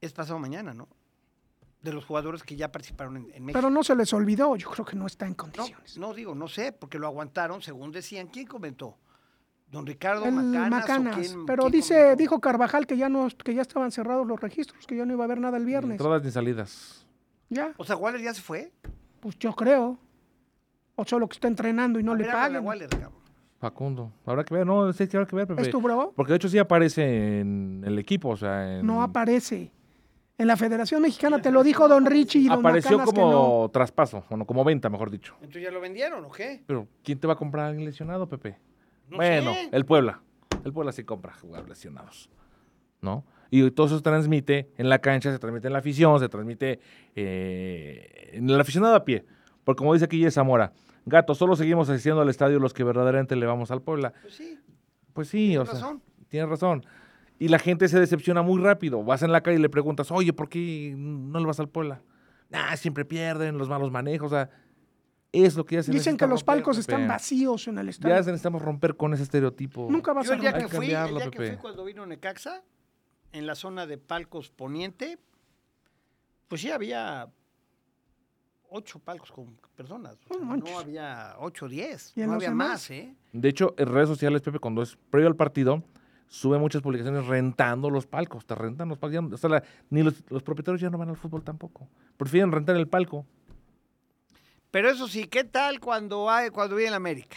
A: es pasado mañana, ¿no? De los jugadores que ya participaron en, en México.
B: Pero no se les olvidó, yo creo que no está en
A: No,
B: condiciones.
A: no digo, no sé, porque lo aguantaron, según decían. ¿Quién comentó? ¿Don Ricardo
B: El
A: Macanas? o
B: Macanas,
A: quién-
B: pero
A: quién
B: dice,
A: comentó?
B: dijo Carvajal que ya no, que ya estaban cerrados los registros, que ya no iba a haber nada el
C: Ni
B: viernes.
C: entradas ni salidas.
B: Ya,
A: O sea, Waller ya se fue.
B: pues yo creo. O solo que está entrenando y no le
A: Era con la
B: pagan.
A: Waller, cabrón.
C: Facundo. Habrá que ver, no, sí, habrá que ver, Pepe.
B: ¿Es tu bro?
C: Porque de hecho sí aparece en el equipo, o sea, en-
B: No aparece. En la Federación Mexicana te lo dijo Don Richie y Don
C: apareció
B: Macanas que
C: como
B: no.
C: traspaso, bueno, como venta, mejor dicho.
A: ¿Entonces ya lo vendieron o qué?
C: Pero ¿quién te va a comprar a alguien lesionado, Pepe?
A: No
C: bueno, eh,
A: sé.
C: el Puebla. El Puebla sí compra jugadores lesionados, ¿no? Y todo eso se transmite en la cancha, se transmite en la afición, se transmite eh, en el aficionado a pie. Porque como dice aquí Jess Zamora, gato, solo seguimos asistiendo al estadio los que verdaderamente le vamos al Puebla.
A: Pues sí.
C: Pues sí, o
A: Tienes
C: sea,
A: razón.
C: tienes razón. Y la gente se decepciona muy rápido. Vas en la calle y le preguntas, oye, ¿por qué no le vas al Puebla? Nah, siempre pierden, los malos manejos, o sea, es lo que ya se
B: Dicen
C: necesita
B: que los
C: romper,
B: palcos están
C: Pepe.
B: vacíos en el
C: Ya
B: estadio.
C: se necesitamos romper con ese estereotipo.
B: Nunca vas
A: Yo
B: a
A: el día,
C: romper.
A: que
C: Hay que
A: fui, el
C: cambiarlo,
A: día que
C: Pepe.
A: fui cuando vino Necaxa, en la zona de palcos poniente, pues sí había ocho palcos con personas. o sea,
B: No manches.
A: no había ocho, diez.
B: ¿Y en
A: No
B: los
A: había
B: demás?
A: más, ¿eh?
C: De hecho, en redes sociales, Pepe, cuando es previo al partido, sube muchas publicaciones rentando los palcos. Te rentan los palcos. ya- o sea, la- ni los, los propietarios ya no van al fútbol tampoco. Prefieren rentar el palco.
A: Pero eso sí, ¿qué tal cuando, hay, cuando viene la América?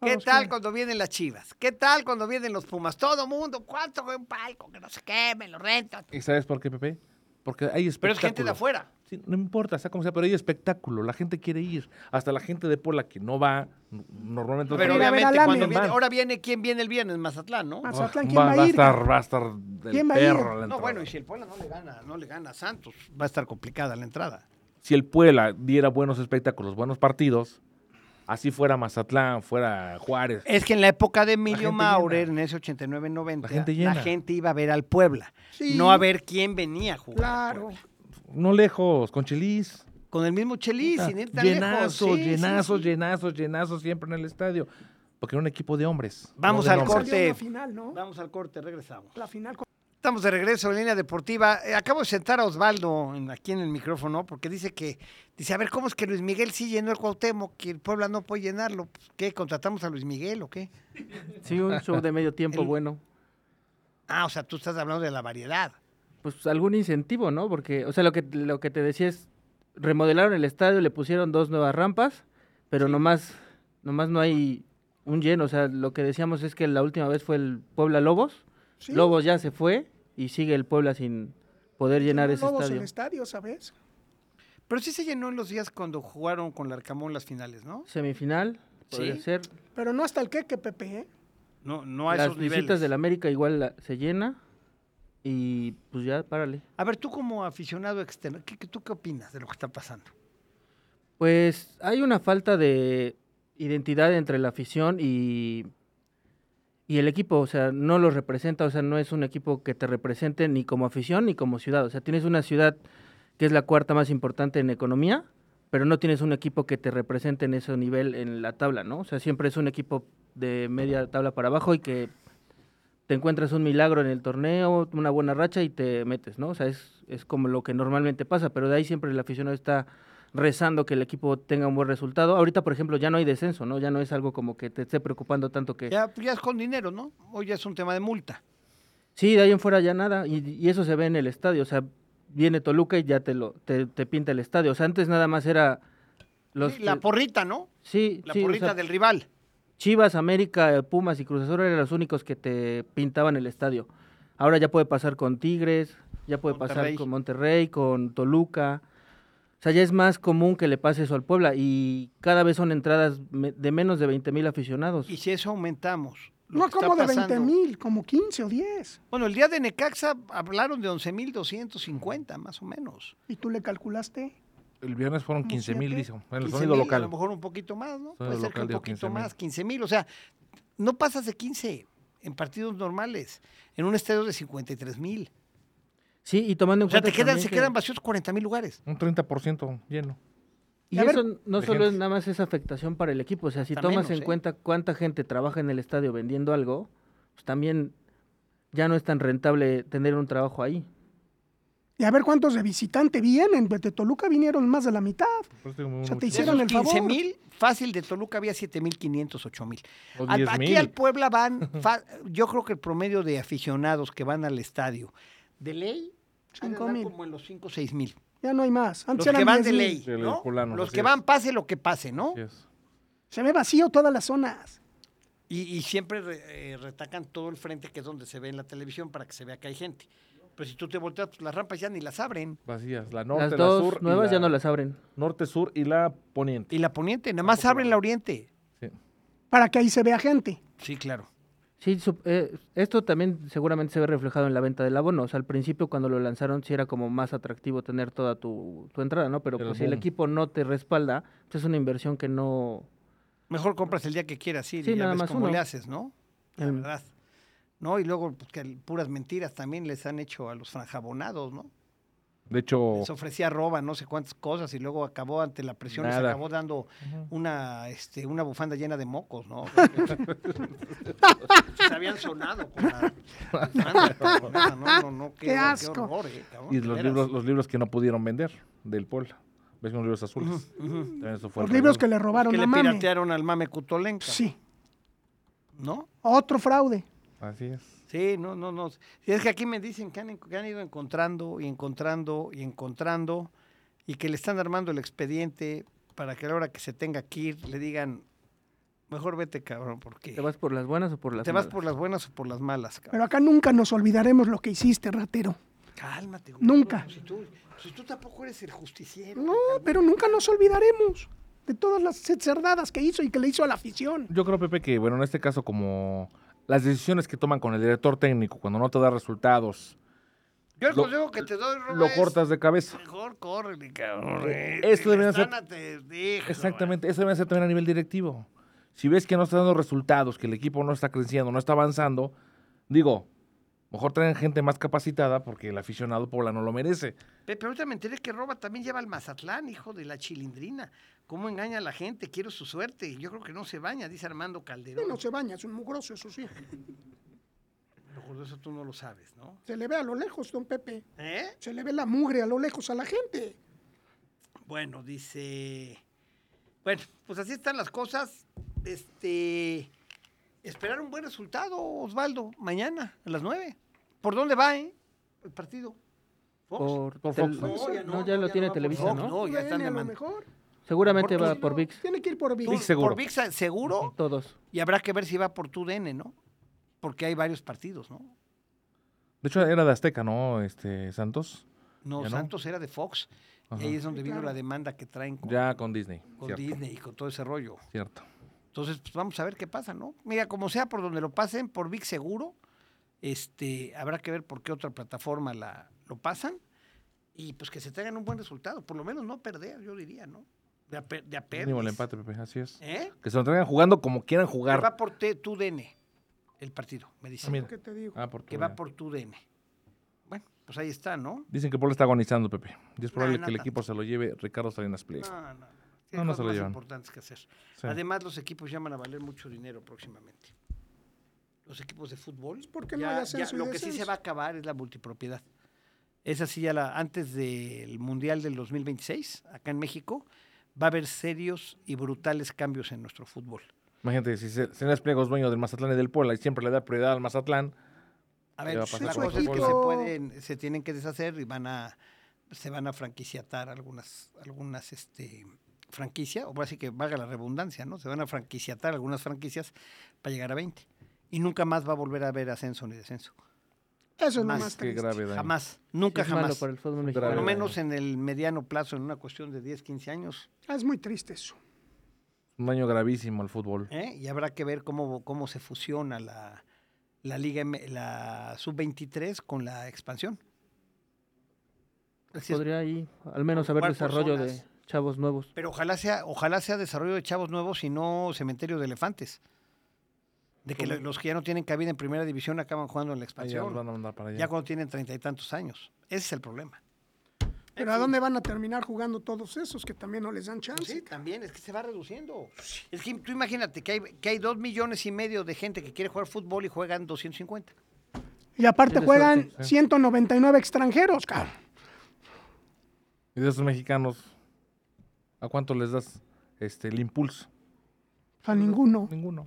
A: ¿Qué
B: Vamos,
A: tal
B: claro.
A: cuando vienen las chivas? ¿Qué tal cuando vienen los Pumas? Todo mundo, ¿cuánto ve un palco? Que no se quemen, lo rentan.
C: ¿Y sabes por qué, Pepe? Porque hay espectáculo.
A: Pero es gente de afuera.
C: Sí, no importa, sea como sea, pero hay espectáculo. La gente quiere ir. Hasta la gente de Puebla que no va, n- normalmente... no
A: Pero
C: quiere ir.
B: ver al
A: obviamente,
B: AME.
A: cuando viene,
C: Van.
A: ahora viene, ¿quién viene el viernes? Mazatlán, ¿no?
C: Ah,
B: Mazatlán, ¿quién va a
C: a
B: ir?
C: estar, va a estar del
B: ¿Quién va a ir?
C: perro la
A: No,
C: entrada.
A: bueno, y si el Puebla no le gana, no le gana a Santos, va a estar complicada la entrada.
C: si el Puebla diera buenos espectáculos, buenos partidos, así fuera Mazatlán, fuera Juárez.
A: Es que en la época de Emilio
C: gente
A: Maurer,
C: llena.
A: en ese 89-90, la
C: La gente
A: gente,
C: llena.
A: iba a ver al Puebla,
B: Sí.
A: no a ver quién venía a jugar. al
B: Claro.
A: Puebla.
C: No lejos, con Chelis.
A: Con el mismo Chelis,
C: Ah,
A: sin ir tan
C: llenazos,
A: lejos. Sí, sí,
C: llenazos,
A: sí.
C: llenazos, llenazos siempre en el estadio. Porque era un equipo de hombres.
A: Vamos
C: no de
A: al
C: nombres.
A: corte.
B: Sería una final, ¿no?
A: Vamos al corte, regresamos.
B: La final con-
A: Estamos de regreso en línea deportiva. Eh, Acabo de sentar a Osvaldo en- aquí en el micrófono porque dice que, dice, a ver, ¿cómo es que Luis Miguel sí llenó el Cuauhtémoc, que el Puebla no puede llenarlo? Pues, ¿Qué? ¿Contratamos a Luis Miguel o qué?
F: Sí, un show de medio tiempo
A: El-
F: bueno.
A: Ah, o sea, tú estás hablando de la variedad.
F: Pues algún incentivo, ¿no? Porque, o sea, lo que, lo que te decía es, remodelaron el estadio, le pusieron dos nuevas rampas, pero nomás, nomás no hay un lleno. O sea, lo que decíamos es que la última vez fue el Puebla Lobos.
B: Sí.
F: Lobos ya se fue y sigue el Puebla sin poder llenar ese
B: Lobos este
F: estadio.
B: el estadio, ¿sabes?
A: Pero sí se llenó en los días cuando jugaron con el Arcamón las finales, ¿no?
F: Semifinal, podría
A: Sí.
F: ser.
B: Pero no hasta el queque, Pepe, ¿eh?
A: No, no a
F: Las
A: esos niveles.
F: visitas del América igual la- se llena y pues ya, párale.
A: A ver, tú como aficionado externo, ¿qué, qué- tú qué opinas de lo que está pasando?
F: Pues hay una falta de identidad entre la afición y, y el equipo, o sea, no los representa, o sea, no es un equipo que te represente ni como afición ni como ciudad, o sea, tienes una ciudad que es la cuarta más importante en economía, pero no tienes un equipo que te represente en ese nivel en la tabla, ¿no? O sea, siempre es un equipo de media tabla para abajo y que te encuentras un milagro en el torneo, una buena racha y te metes, ¿no? O sea, es, es como lo que normalmente pasa, pero de ahí siempre el aficionado está rezando que el equipo tenga un buen resultado. Ahorita, por ejemplo, ya no hay descenso, ¿no? Ya no es algo como que te esté preocupando tanto que...
A: Ya, ya es con dinero, ¿no? Hoy ya es un tema de multa.
F: Sí, de ahí en fuera ya nada. Y, y eso se ve en el estadio. O sea, viene Toluca y ya te, lo, te, te pinta el estadio. O sea, antes nada más era... Los,
A: Sí, la
F: que-
A: porrita, ¿no?
F: sí,
A: La
F: sí, o
A: porrita
F: sea,
A: del rival.
F: Chivas, América, eh, Pumas y Cruz Azul eran los únicos que te pintaban el estadio. Ahora ya puede pasar con Tigres, ya puede pasar
A: Monterrey.
F: con Monterrey, con Toluca. O sea, ya es más común que le pase eso al Puebla y cada vez son entradas me- de menos de 20 mil aficionados.
A: Y si eso aumentamos. lo
B: No
A: que está
B: como de
A: pasando-
B: 20 mil, como 15 o 10.
A: Bueno, el día de Necaxa hablaron de 11.250, más o menos.
B: ¿Y tú le calculaste?
C: El viernes fueron
B: Como
C: 15 mil,
B: siete.
C: dijo, en el
A: 15,000,
C: sonido
A: A lo
C: local.
A: mejor un poquito más, ¿no? Puede
C: Sonido
A: ser que un
C: local dio
A: poquito
C: 15,000.
A: más, 15.000. O sea, no pasas de 15 en partidos normales, en un estadio de 53.000.
F: Sí, y tomando en
A: O sea,
F: cuenta
A: te quedan,
F: también
A: se
F: que-
A: quedan vacíos 40.000 lugares.
C: Un 30% lleno.
F: Y
B: A ver,
F: eso no
A: por
F: solo
A: ejemplo.
F: es nada más es afectación para el equipo, o sea, si
A: Está
F: tomas
A: menos,
F: en
A: ¿eh?
F: cuenta cuánta gente trabaja en el estadio vendiendo algo, pues también ya no es tan rentable tener un trabajo ahí.
B: Y a ver cuántos de visitante vienen. pues, De Toluca vinieron más de la mitad.
C: Por eso digo, muy-
B: O sea,
C: muy
B: te
C: chido.
B: hicieron el favor.
A: mil, fácil de Toluca había 7.500, 8.000.
C: O
A: Al-
C: 10,000.
A: Aquí al Puebla van, fa- yo creo que el promedio de aficionados que van al estadio, de ley, han de andar
B: 5,000.
A: como en los 5 o 6 mil.
B: Ya no hay más.
A: Los
B: Antes
A: que
B: eran
A: van de
B: 10,000.
A: ley,
C: Sí, los
A: ¿no?
C: poblanos,
A: Los
C: así
A: que
C: es.
A: van, pase lo que pase, ¿no?
C: Así es.
B: Se ve vacío todas las zonas.
A: Y, y siempre re- eh, retacan todo el frente que es donde se ve en la televisión para que se vea que hay gente. Pero si tú te volteas, pues las rampas ya ni las abren.
C: Vacías, la norte,
F: las
C: la sur.
F: dos
C: y
F: nuevas ya
C: la-
F: no las abren.
C: Norte, sur y la poniente.
A: Y la poniente, nada más abren la oriente.
C: Sí.
B: Para que ahí se vea gente.
A: Sí, claro.
F: Sí, su- eh, esto también seguramente se ve reflejado en la venta del abono. O sea, al principio cuando lo lanzaron sí era como más atractivo tener toda tu, tu entrada, ¿no? Pero
C: Pero
F: pues, si el
C: boom.
F: equipo no te respalda, pues es una inversión que no...
A: Mejor compras el día que quieras, sí,
F: Sí,
A: ya
F: nada
A: ves
F: más
A: cómo
F: uno.
A: le haces, ¿no? La
F: Mm.
A: verdad. ¿No? Y luego pues, que el- puras mentiras también les han hecho a los franjabonados, ¿no?
C: De hecho,
A: Les ofrecía roba, no sé cuántas cosas, y luego acabó ante la presión, les
C: Nada.
A: acabó dando una, este, una bufanda llena de mocos, ¿no? Se habían sonado con la bufanda, cabrón, No, no, no, qué,
B: Qué
A: qué
B: asco.
A: horror, eh, cabrón,
C: y
A: de
C: los
A: veras.
C: libros, los libros que no pudieron vender del Puebla. ¿Ves con los libros azules? También eso fue
B: Los
C: el
B: libros que
C: regalo.
B: le robaron
A: que
B: a
A: le
B: Mame.
A: piratearon al mame Cutolenca,
B: Sí.
A: ¿no?
B: Otro fraude.
C: Así es.
A: Sí, no, no, no. Si es que aquí me dicen que han, en- que han ido encontrando y encontrando y encontrando y que le están armando el expediente para que a la hora que se tenga que ir le digan, mejor vete, cabrón, porque
F: ¿Te vas por las buenas o por las
A: te vas
F: malas?
A: por las buenas o por las malas, cabrón.
B: Pero acá nunca nos olvidaremos lo que hiciste, ratero.
A: Cálmate. güey.
B: Nunca.
A: Si tú, si tú tampoco eres el justiciero.
B: No, pero nunca nos olvidaremos de todas las cerdadas que hizo y que le hizo a la afición.
C: Yo creo, Pepe, que, bueno, en este caso, como las decisiones que toman con el director técnico cuando no te da resultados,
A: Yo el
C: Lo-
A: consejo que te
B: Ah,
A: doy, Rubén,
C: lo
A: es
C: cortas de cabeza.
A: Mejor córrele, cabrón. eh,
C: Esto
A: te
C: debería ser-
A: lestánate, hijo,
C: Exactamente, eso debe ser también a nivel directivo. Si ves que no está dando resultados, que el equipo no está creciendo, no está avanzando, digo, mejor traen gente más capacitada porque el aficionado Puebla no lo merece.
A: Pe- Pero ahorita me enteré que Roba también lleva al Mazatlán, hijo de la chilindrina. ¿Cómo engaña a la gente? Quiero su suerte. Yo creo que no se baña, dice Armando Calderón.
B: No se baña, es un mugroso, eso sí.
A: Pero eso tú no lo sabes, ¿no?
B: Se le ve a lo lejos, don Pepe.
A: ¿Eh?
B: Se le ve la mugre a lo lejos a la gente.
A: Bueno, dice. Bueno, pues así están las cosas. Este. Esperar un buen resultado, Osvaldo, mañana a las 9. ¿Por dónde va, eh? El partido. Fox.
F: Por,
C: Por
F: tel-
C: Fox.
A: No, ya no,
F: No, ya
A: no,
F: lo
A: ya
F: tiene
A: no va por
F: Televisa,
A: Fox,
F: ¿no?
A: no. ya
B: Bueno,
A: están
B: a lo
A: llamando.
B: mejor.
F: Seguramente
A: Por
F: va
A: Fox,
F: por VIX,
B: Tiene que ir por
A: Por-
B: Vic.
C: ViX seguro.
A: Por ViX seguro.
F: todos.
A: Y habrá que ver si va por TUDN, ¿no? Porque hay varios partidos, ¿no?
C: De hecho, era de Azteca, ¿no, este Santos?
A: No,
C: ¿Ya no?
A: Santos era de Fox.
C: Ajá.
A: Y ahí es donde vino la demanda que traen con,
C: Ya con Disney.
A: con
C: cierto,
A: Disney y con todo ese rollo.
C: cierto.
A: Entonces, pues vamos a ver qué pasa, ¿no? Mira, como sea, por donde lo pasen, por VIX seguro, este, habrá que ver por qué otra plataforma la, lo pasan y pues que se tengan un buen resultado. Por lo menos no perder, yo diría, ¿no? De a, per- de a
C: Mínimo el
A: perdes.
C: empate, Pepe, así es.
A: ¿Eh?
C: Que se lo traigan jugando como quieran
A: Que
C: jugar.
A: va por T- TUDN el partido, me
C: Ah,
A: dicen.
C: mira.
B: ¿Qué te digo?
C: Ah, por tu
A: que va
C: vida.
A: por TUDN. Bueno, pues ahí está, ¿no?
C: Dicen que Puebla está agonizando, Pepe. Y es probable
A: no
C: que el
A: tanto.
C: equipo se lo lleve Ricardo Salinas Pliego.
A: No, no.
C: No,
A: Tiene
C: no
A: cosas
C: se lo
A: más
C: llevan.
A: importantes que hacer.
C: Sí.
A: Además, los equipos llaman a valer mucho dinero próximamente. Los equipos de fútbol.
B: ¿Por qué no hay ascenso y
A: Lo que sí se
B: descenso?
A: va a acabar es la multipropiedad. Esa sí ya la, antes del Mundial del 2026, acá en México, va a haber serios y brutales cambios en nuestro fútbol.
C: Imagínate, si se- Salinas Pliego es dueño del Mazatlán y del Puebla y siempre le da prioridad al Mazatlán,
A: A
C: ¿Qué
A: ver,
C: va a
A: la
C: pasar
A: cosa
C: con
A: es que
C: el
A: se
B: fútbol?
A: pueden, se tienen que deshacer y van a, se van a franquiciatar algunas, algunas, este, franquicia, o por así que valga la redundancia, ¿no? Se van a franquiciatar algunas franquicias para llegar a 20. Y nunca más va a volver a haber ascenso ni descenso.
B: Eso es lo
A: Más
B: más
C: qué
B: triste.
C: grave daño.
A: Jamás, nunca
F: Es malo
A: jamás.
F: para el fútbol
A: Por
C: grave
A: lo
F: mexicano.
C: daño.
A: menos en el mediano plazo, en una cuestión de 10, 15 años.
B: Ah, Es muy triste eso.
C: Un daño gravísimo al fútbol.
A: ¿eh? Y habrá que ver cómo, cómo se fusiona la, la Liga M- la Sub-23 con la expansión. Así es.
F: Podría ahí al menos haber
A: Jugar por
F: desarrollo de
A: zonas.
F: chavos nuevos.
A: Pero ojalá sea, ojalá sea desarrollo de chavos nuevos y no cementerio de elefantes. De que lo- los que ya no tienen cabida en primera división acaban jugando en la
C: Ahí ya los
A: expansión.
C: van a mandar para allá.
A: Ya cuando tienen treinta y tantos años. Ese es el problema.
B: Pero ¿a dónde van a terminar jugando todos esos que también no les dan
A: Ah,
B: chance?
C: Pues
A: Sí, también, es que se va reduciendo. Es que tú imagínate que hay, que hay dos millones y medio de gente que quiere jugar fútbol y juegan 250.
B: Y aparte
F: Tiene
B: juegan
F: suerte,
B: 199 extranjeros, cabrón.
C: Y de esos mexicanos, ¿a cuánto les das este, el impulso?
B: A ninguno.
C: Ninguno.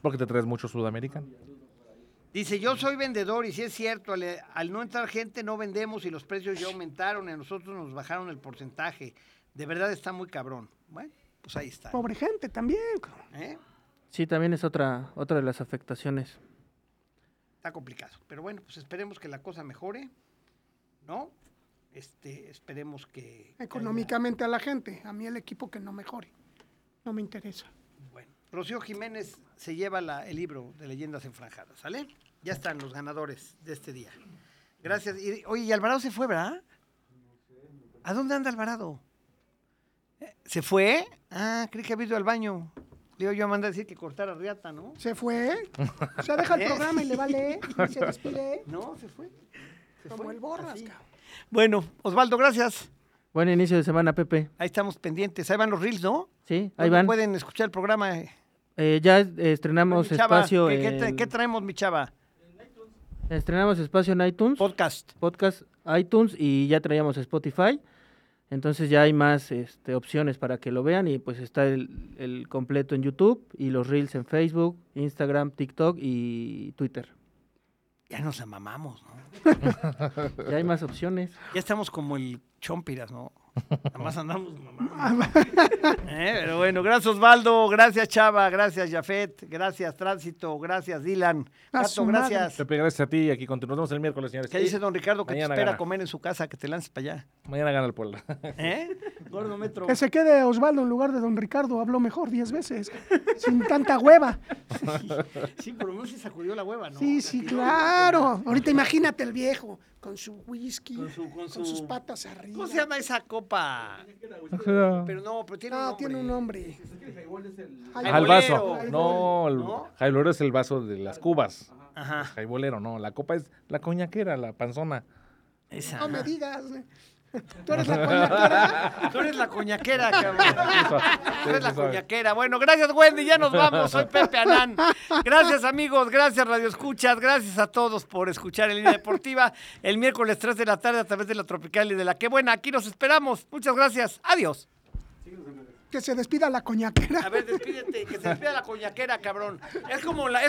C: Porque te traes mucho sudamericano.
A: Dice, yo soy vendedor y si es cierto, al, al no entrar gente no vendemos y los precios ya aumentaron y a nosotros nos bajaron el porcentaje. De verdad está muy cabrón. Bueno, pues ahí está.
B: Pobre gente también, cabrón.
A: ¿eh?
F: Sí, también es otra, otra de las afectaciones.
A: Está complicado. Pero bueno, pues esperemos que la cosa mejore, ¿no? Este, esperemos que... que
B: Económicamente a la gente. A mí el equipo que no mejore. No me interesa.
A: haya- bueno. Rocío Jiménez se lleva la- el libro de leyendas enfranjadas, ¿sale? Ya están los ganadores de este día. Gracias. Y- oye, y Alvarado se fue, ¿verdad? ¿A dónde anda Alvarado? Eh, ¿Se fue? Ah, creí que había ido al baño. Digo, yo mandé a decir que cortara riata, ¿no?
B: Se fue. O sea, deja el programa y le vale. Y se despide.
A: No, se fue. Se
B: Como
A: fue,
B: el borras,
A: así.
B: cabrón.
A: Bueno, Osvaldo, gracias.
F: Buen inicio de semana, Pepe.
A: Ahí estamos pendientes. Ahí van los reels, ¿no?
F: Sí, ahí
A: ¿Dónde
F: van.
A: Pueden escuchar el programa. eh?
F: Eh, ya eh, estrenamos
A: Mi chava,
F: espacio.
A: ¿qué- ¿qué, tra-
F: en-
A: qué traemos, mi chava?
F: estrenamos espacio en iTunes,
A: Podcast.
F: podcast iTunes y ya traíamos Spotify. Entonces ya hay más este, opciones para que lo vean y pues está el, el completo en YouTube y los reels en Facebook, Instagram, TikTok y Twitter.
A: Ya nos la mamamos, ¿no?
F: Ya hay más opciones.
A: Ya estamos como el chompiras, ¿no? Nada más andamos mamando. Eh, Pero bueno, gracias Osvaldo, gracias Chava, gracias Jafet, gracias Tránsito, gracias Dylan.
B: A
A: Tato,
B: su madre.
A: gracias.
C: Pepe, gracias a ti y aquí continuamos el miércoles, señores.
A: ¿Qué dice don Ricardo que
C: Mañana
A: te espera
C: gana.
A: comer en su casa? Que te lances para allá.
C: Mañana gana el Puebla.
A: ¿Eh? Gordo Metro.
B: Que se quede Osvaldo en lugar de don Ricardo. Habló mejor 10 veces. Sin tanta hueva.
A: Sí, por lo menos se sacudió la hueva, ¿no?
B: Sí, sí, claro. Ahorita imagínate el viejo con su whisky, con,
A: su- con
B: sus
A: su-
B: patas arriba.
A: ¿Cómo se llama esa copa? Pero no, pero tiene un
B: No,
A: nombre.
B: tiene un nombre. Ay,
A: bolero.
C: Al vaso. No, el
A: ¿No?
C: jaibolero es el vaso de las cubas.
A: Ajá,
C: Jaibolero, no. La copa es la coñaquera, la panzona.
A: esa.
B: No me digas. ¿eh? Tú eres la coñaquera.
A: Tú eres la coñaquera, cabrón.
C: Eso,
A: Tú eres la
C: eso sabe.
A: coñaquera. Bueno, gracias, Wendy. Ya nos vamos. Soy Pepe Anán. Gracias, amigos. Gracias, Radio Escuchas. Gracias a todos por escuchar en línea deportiva el miércoles 3 de la tarde a través de la Tropical y de la Qué Buena. Aquí nos esperamos. Muchas gracias. Adiós.
B: Que se despida la coñaquera.
A: A ver, despídete. Que se despida la coñaquera, cabrón. Es como la.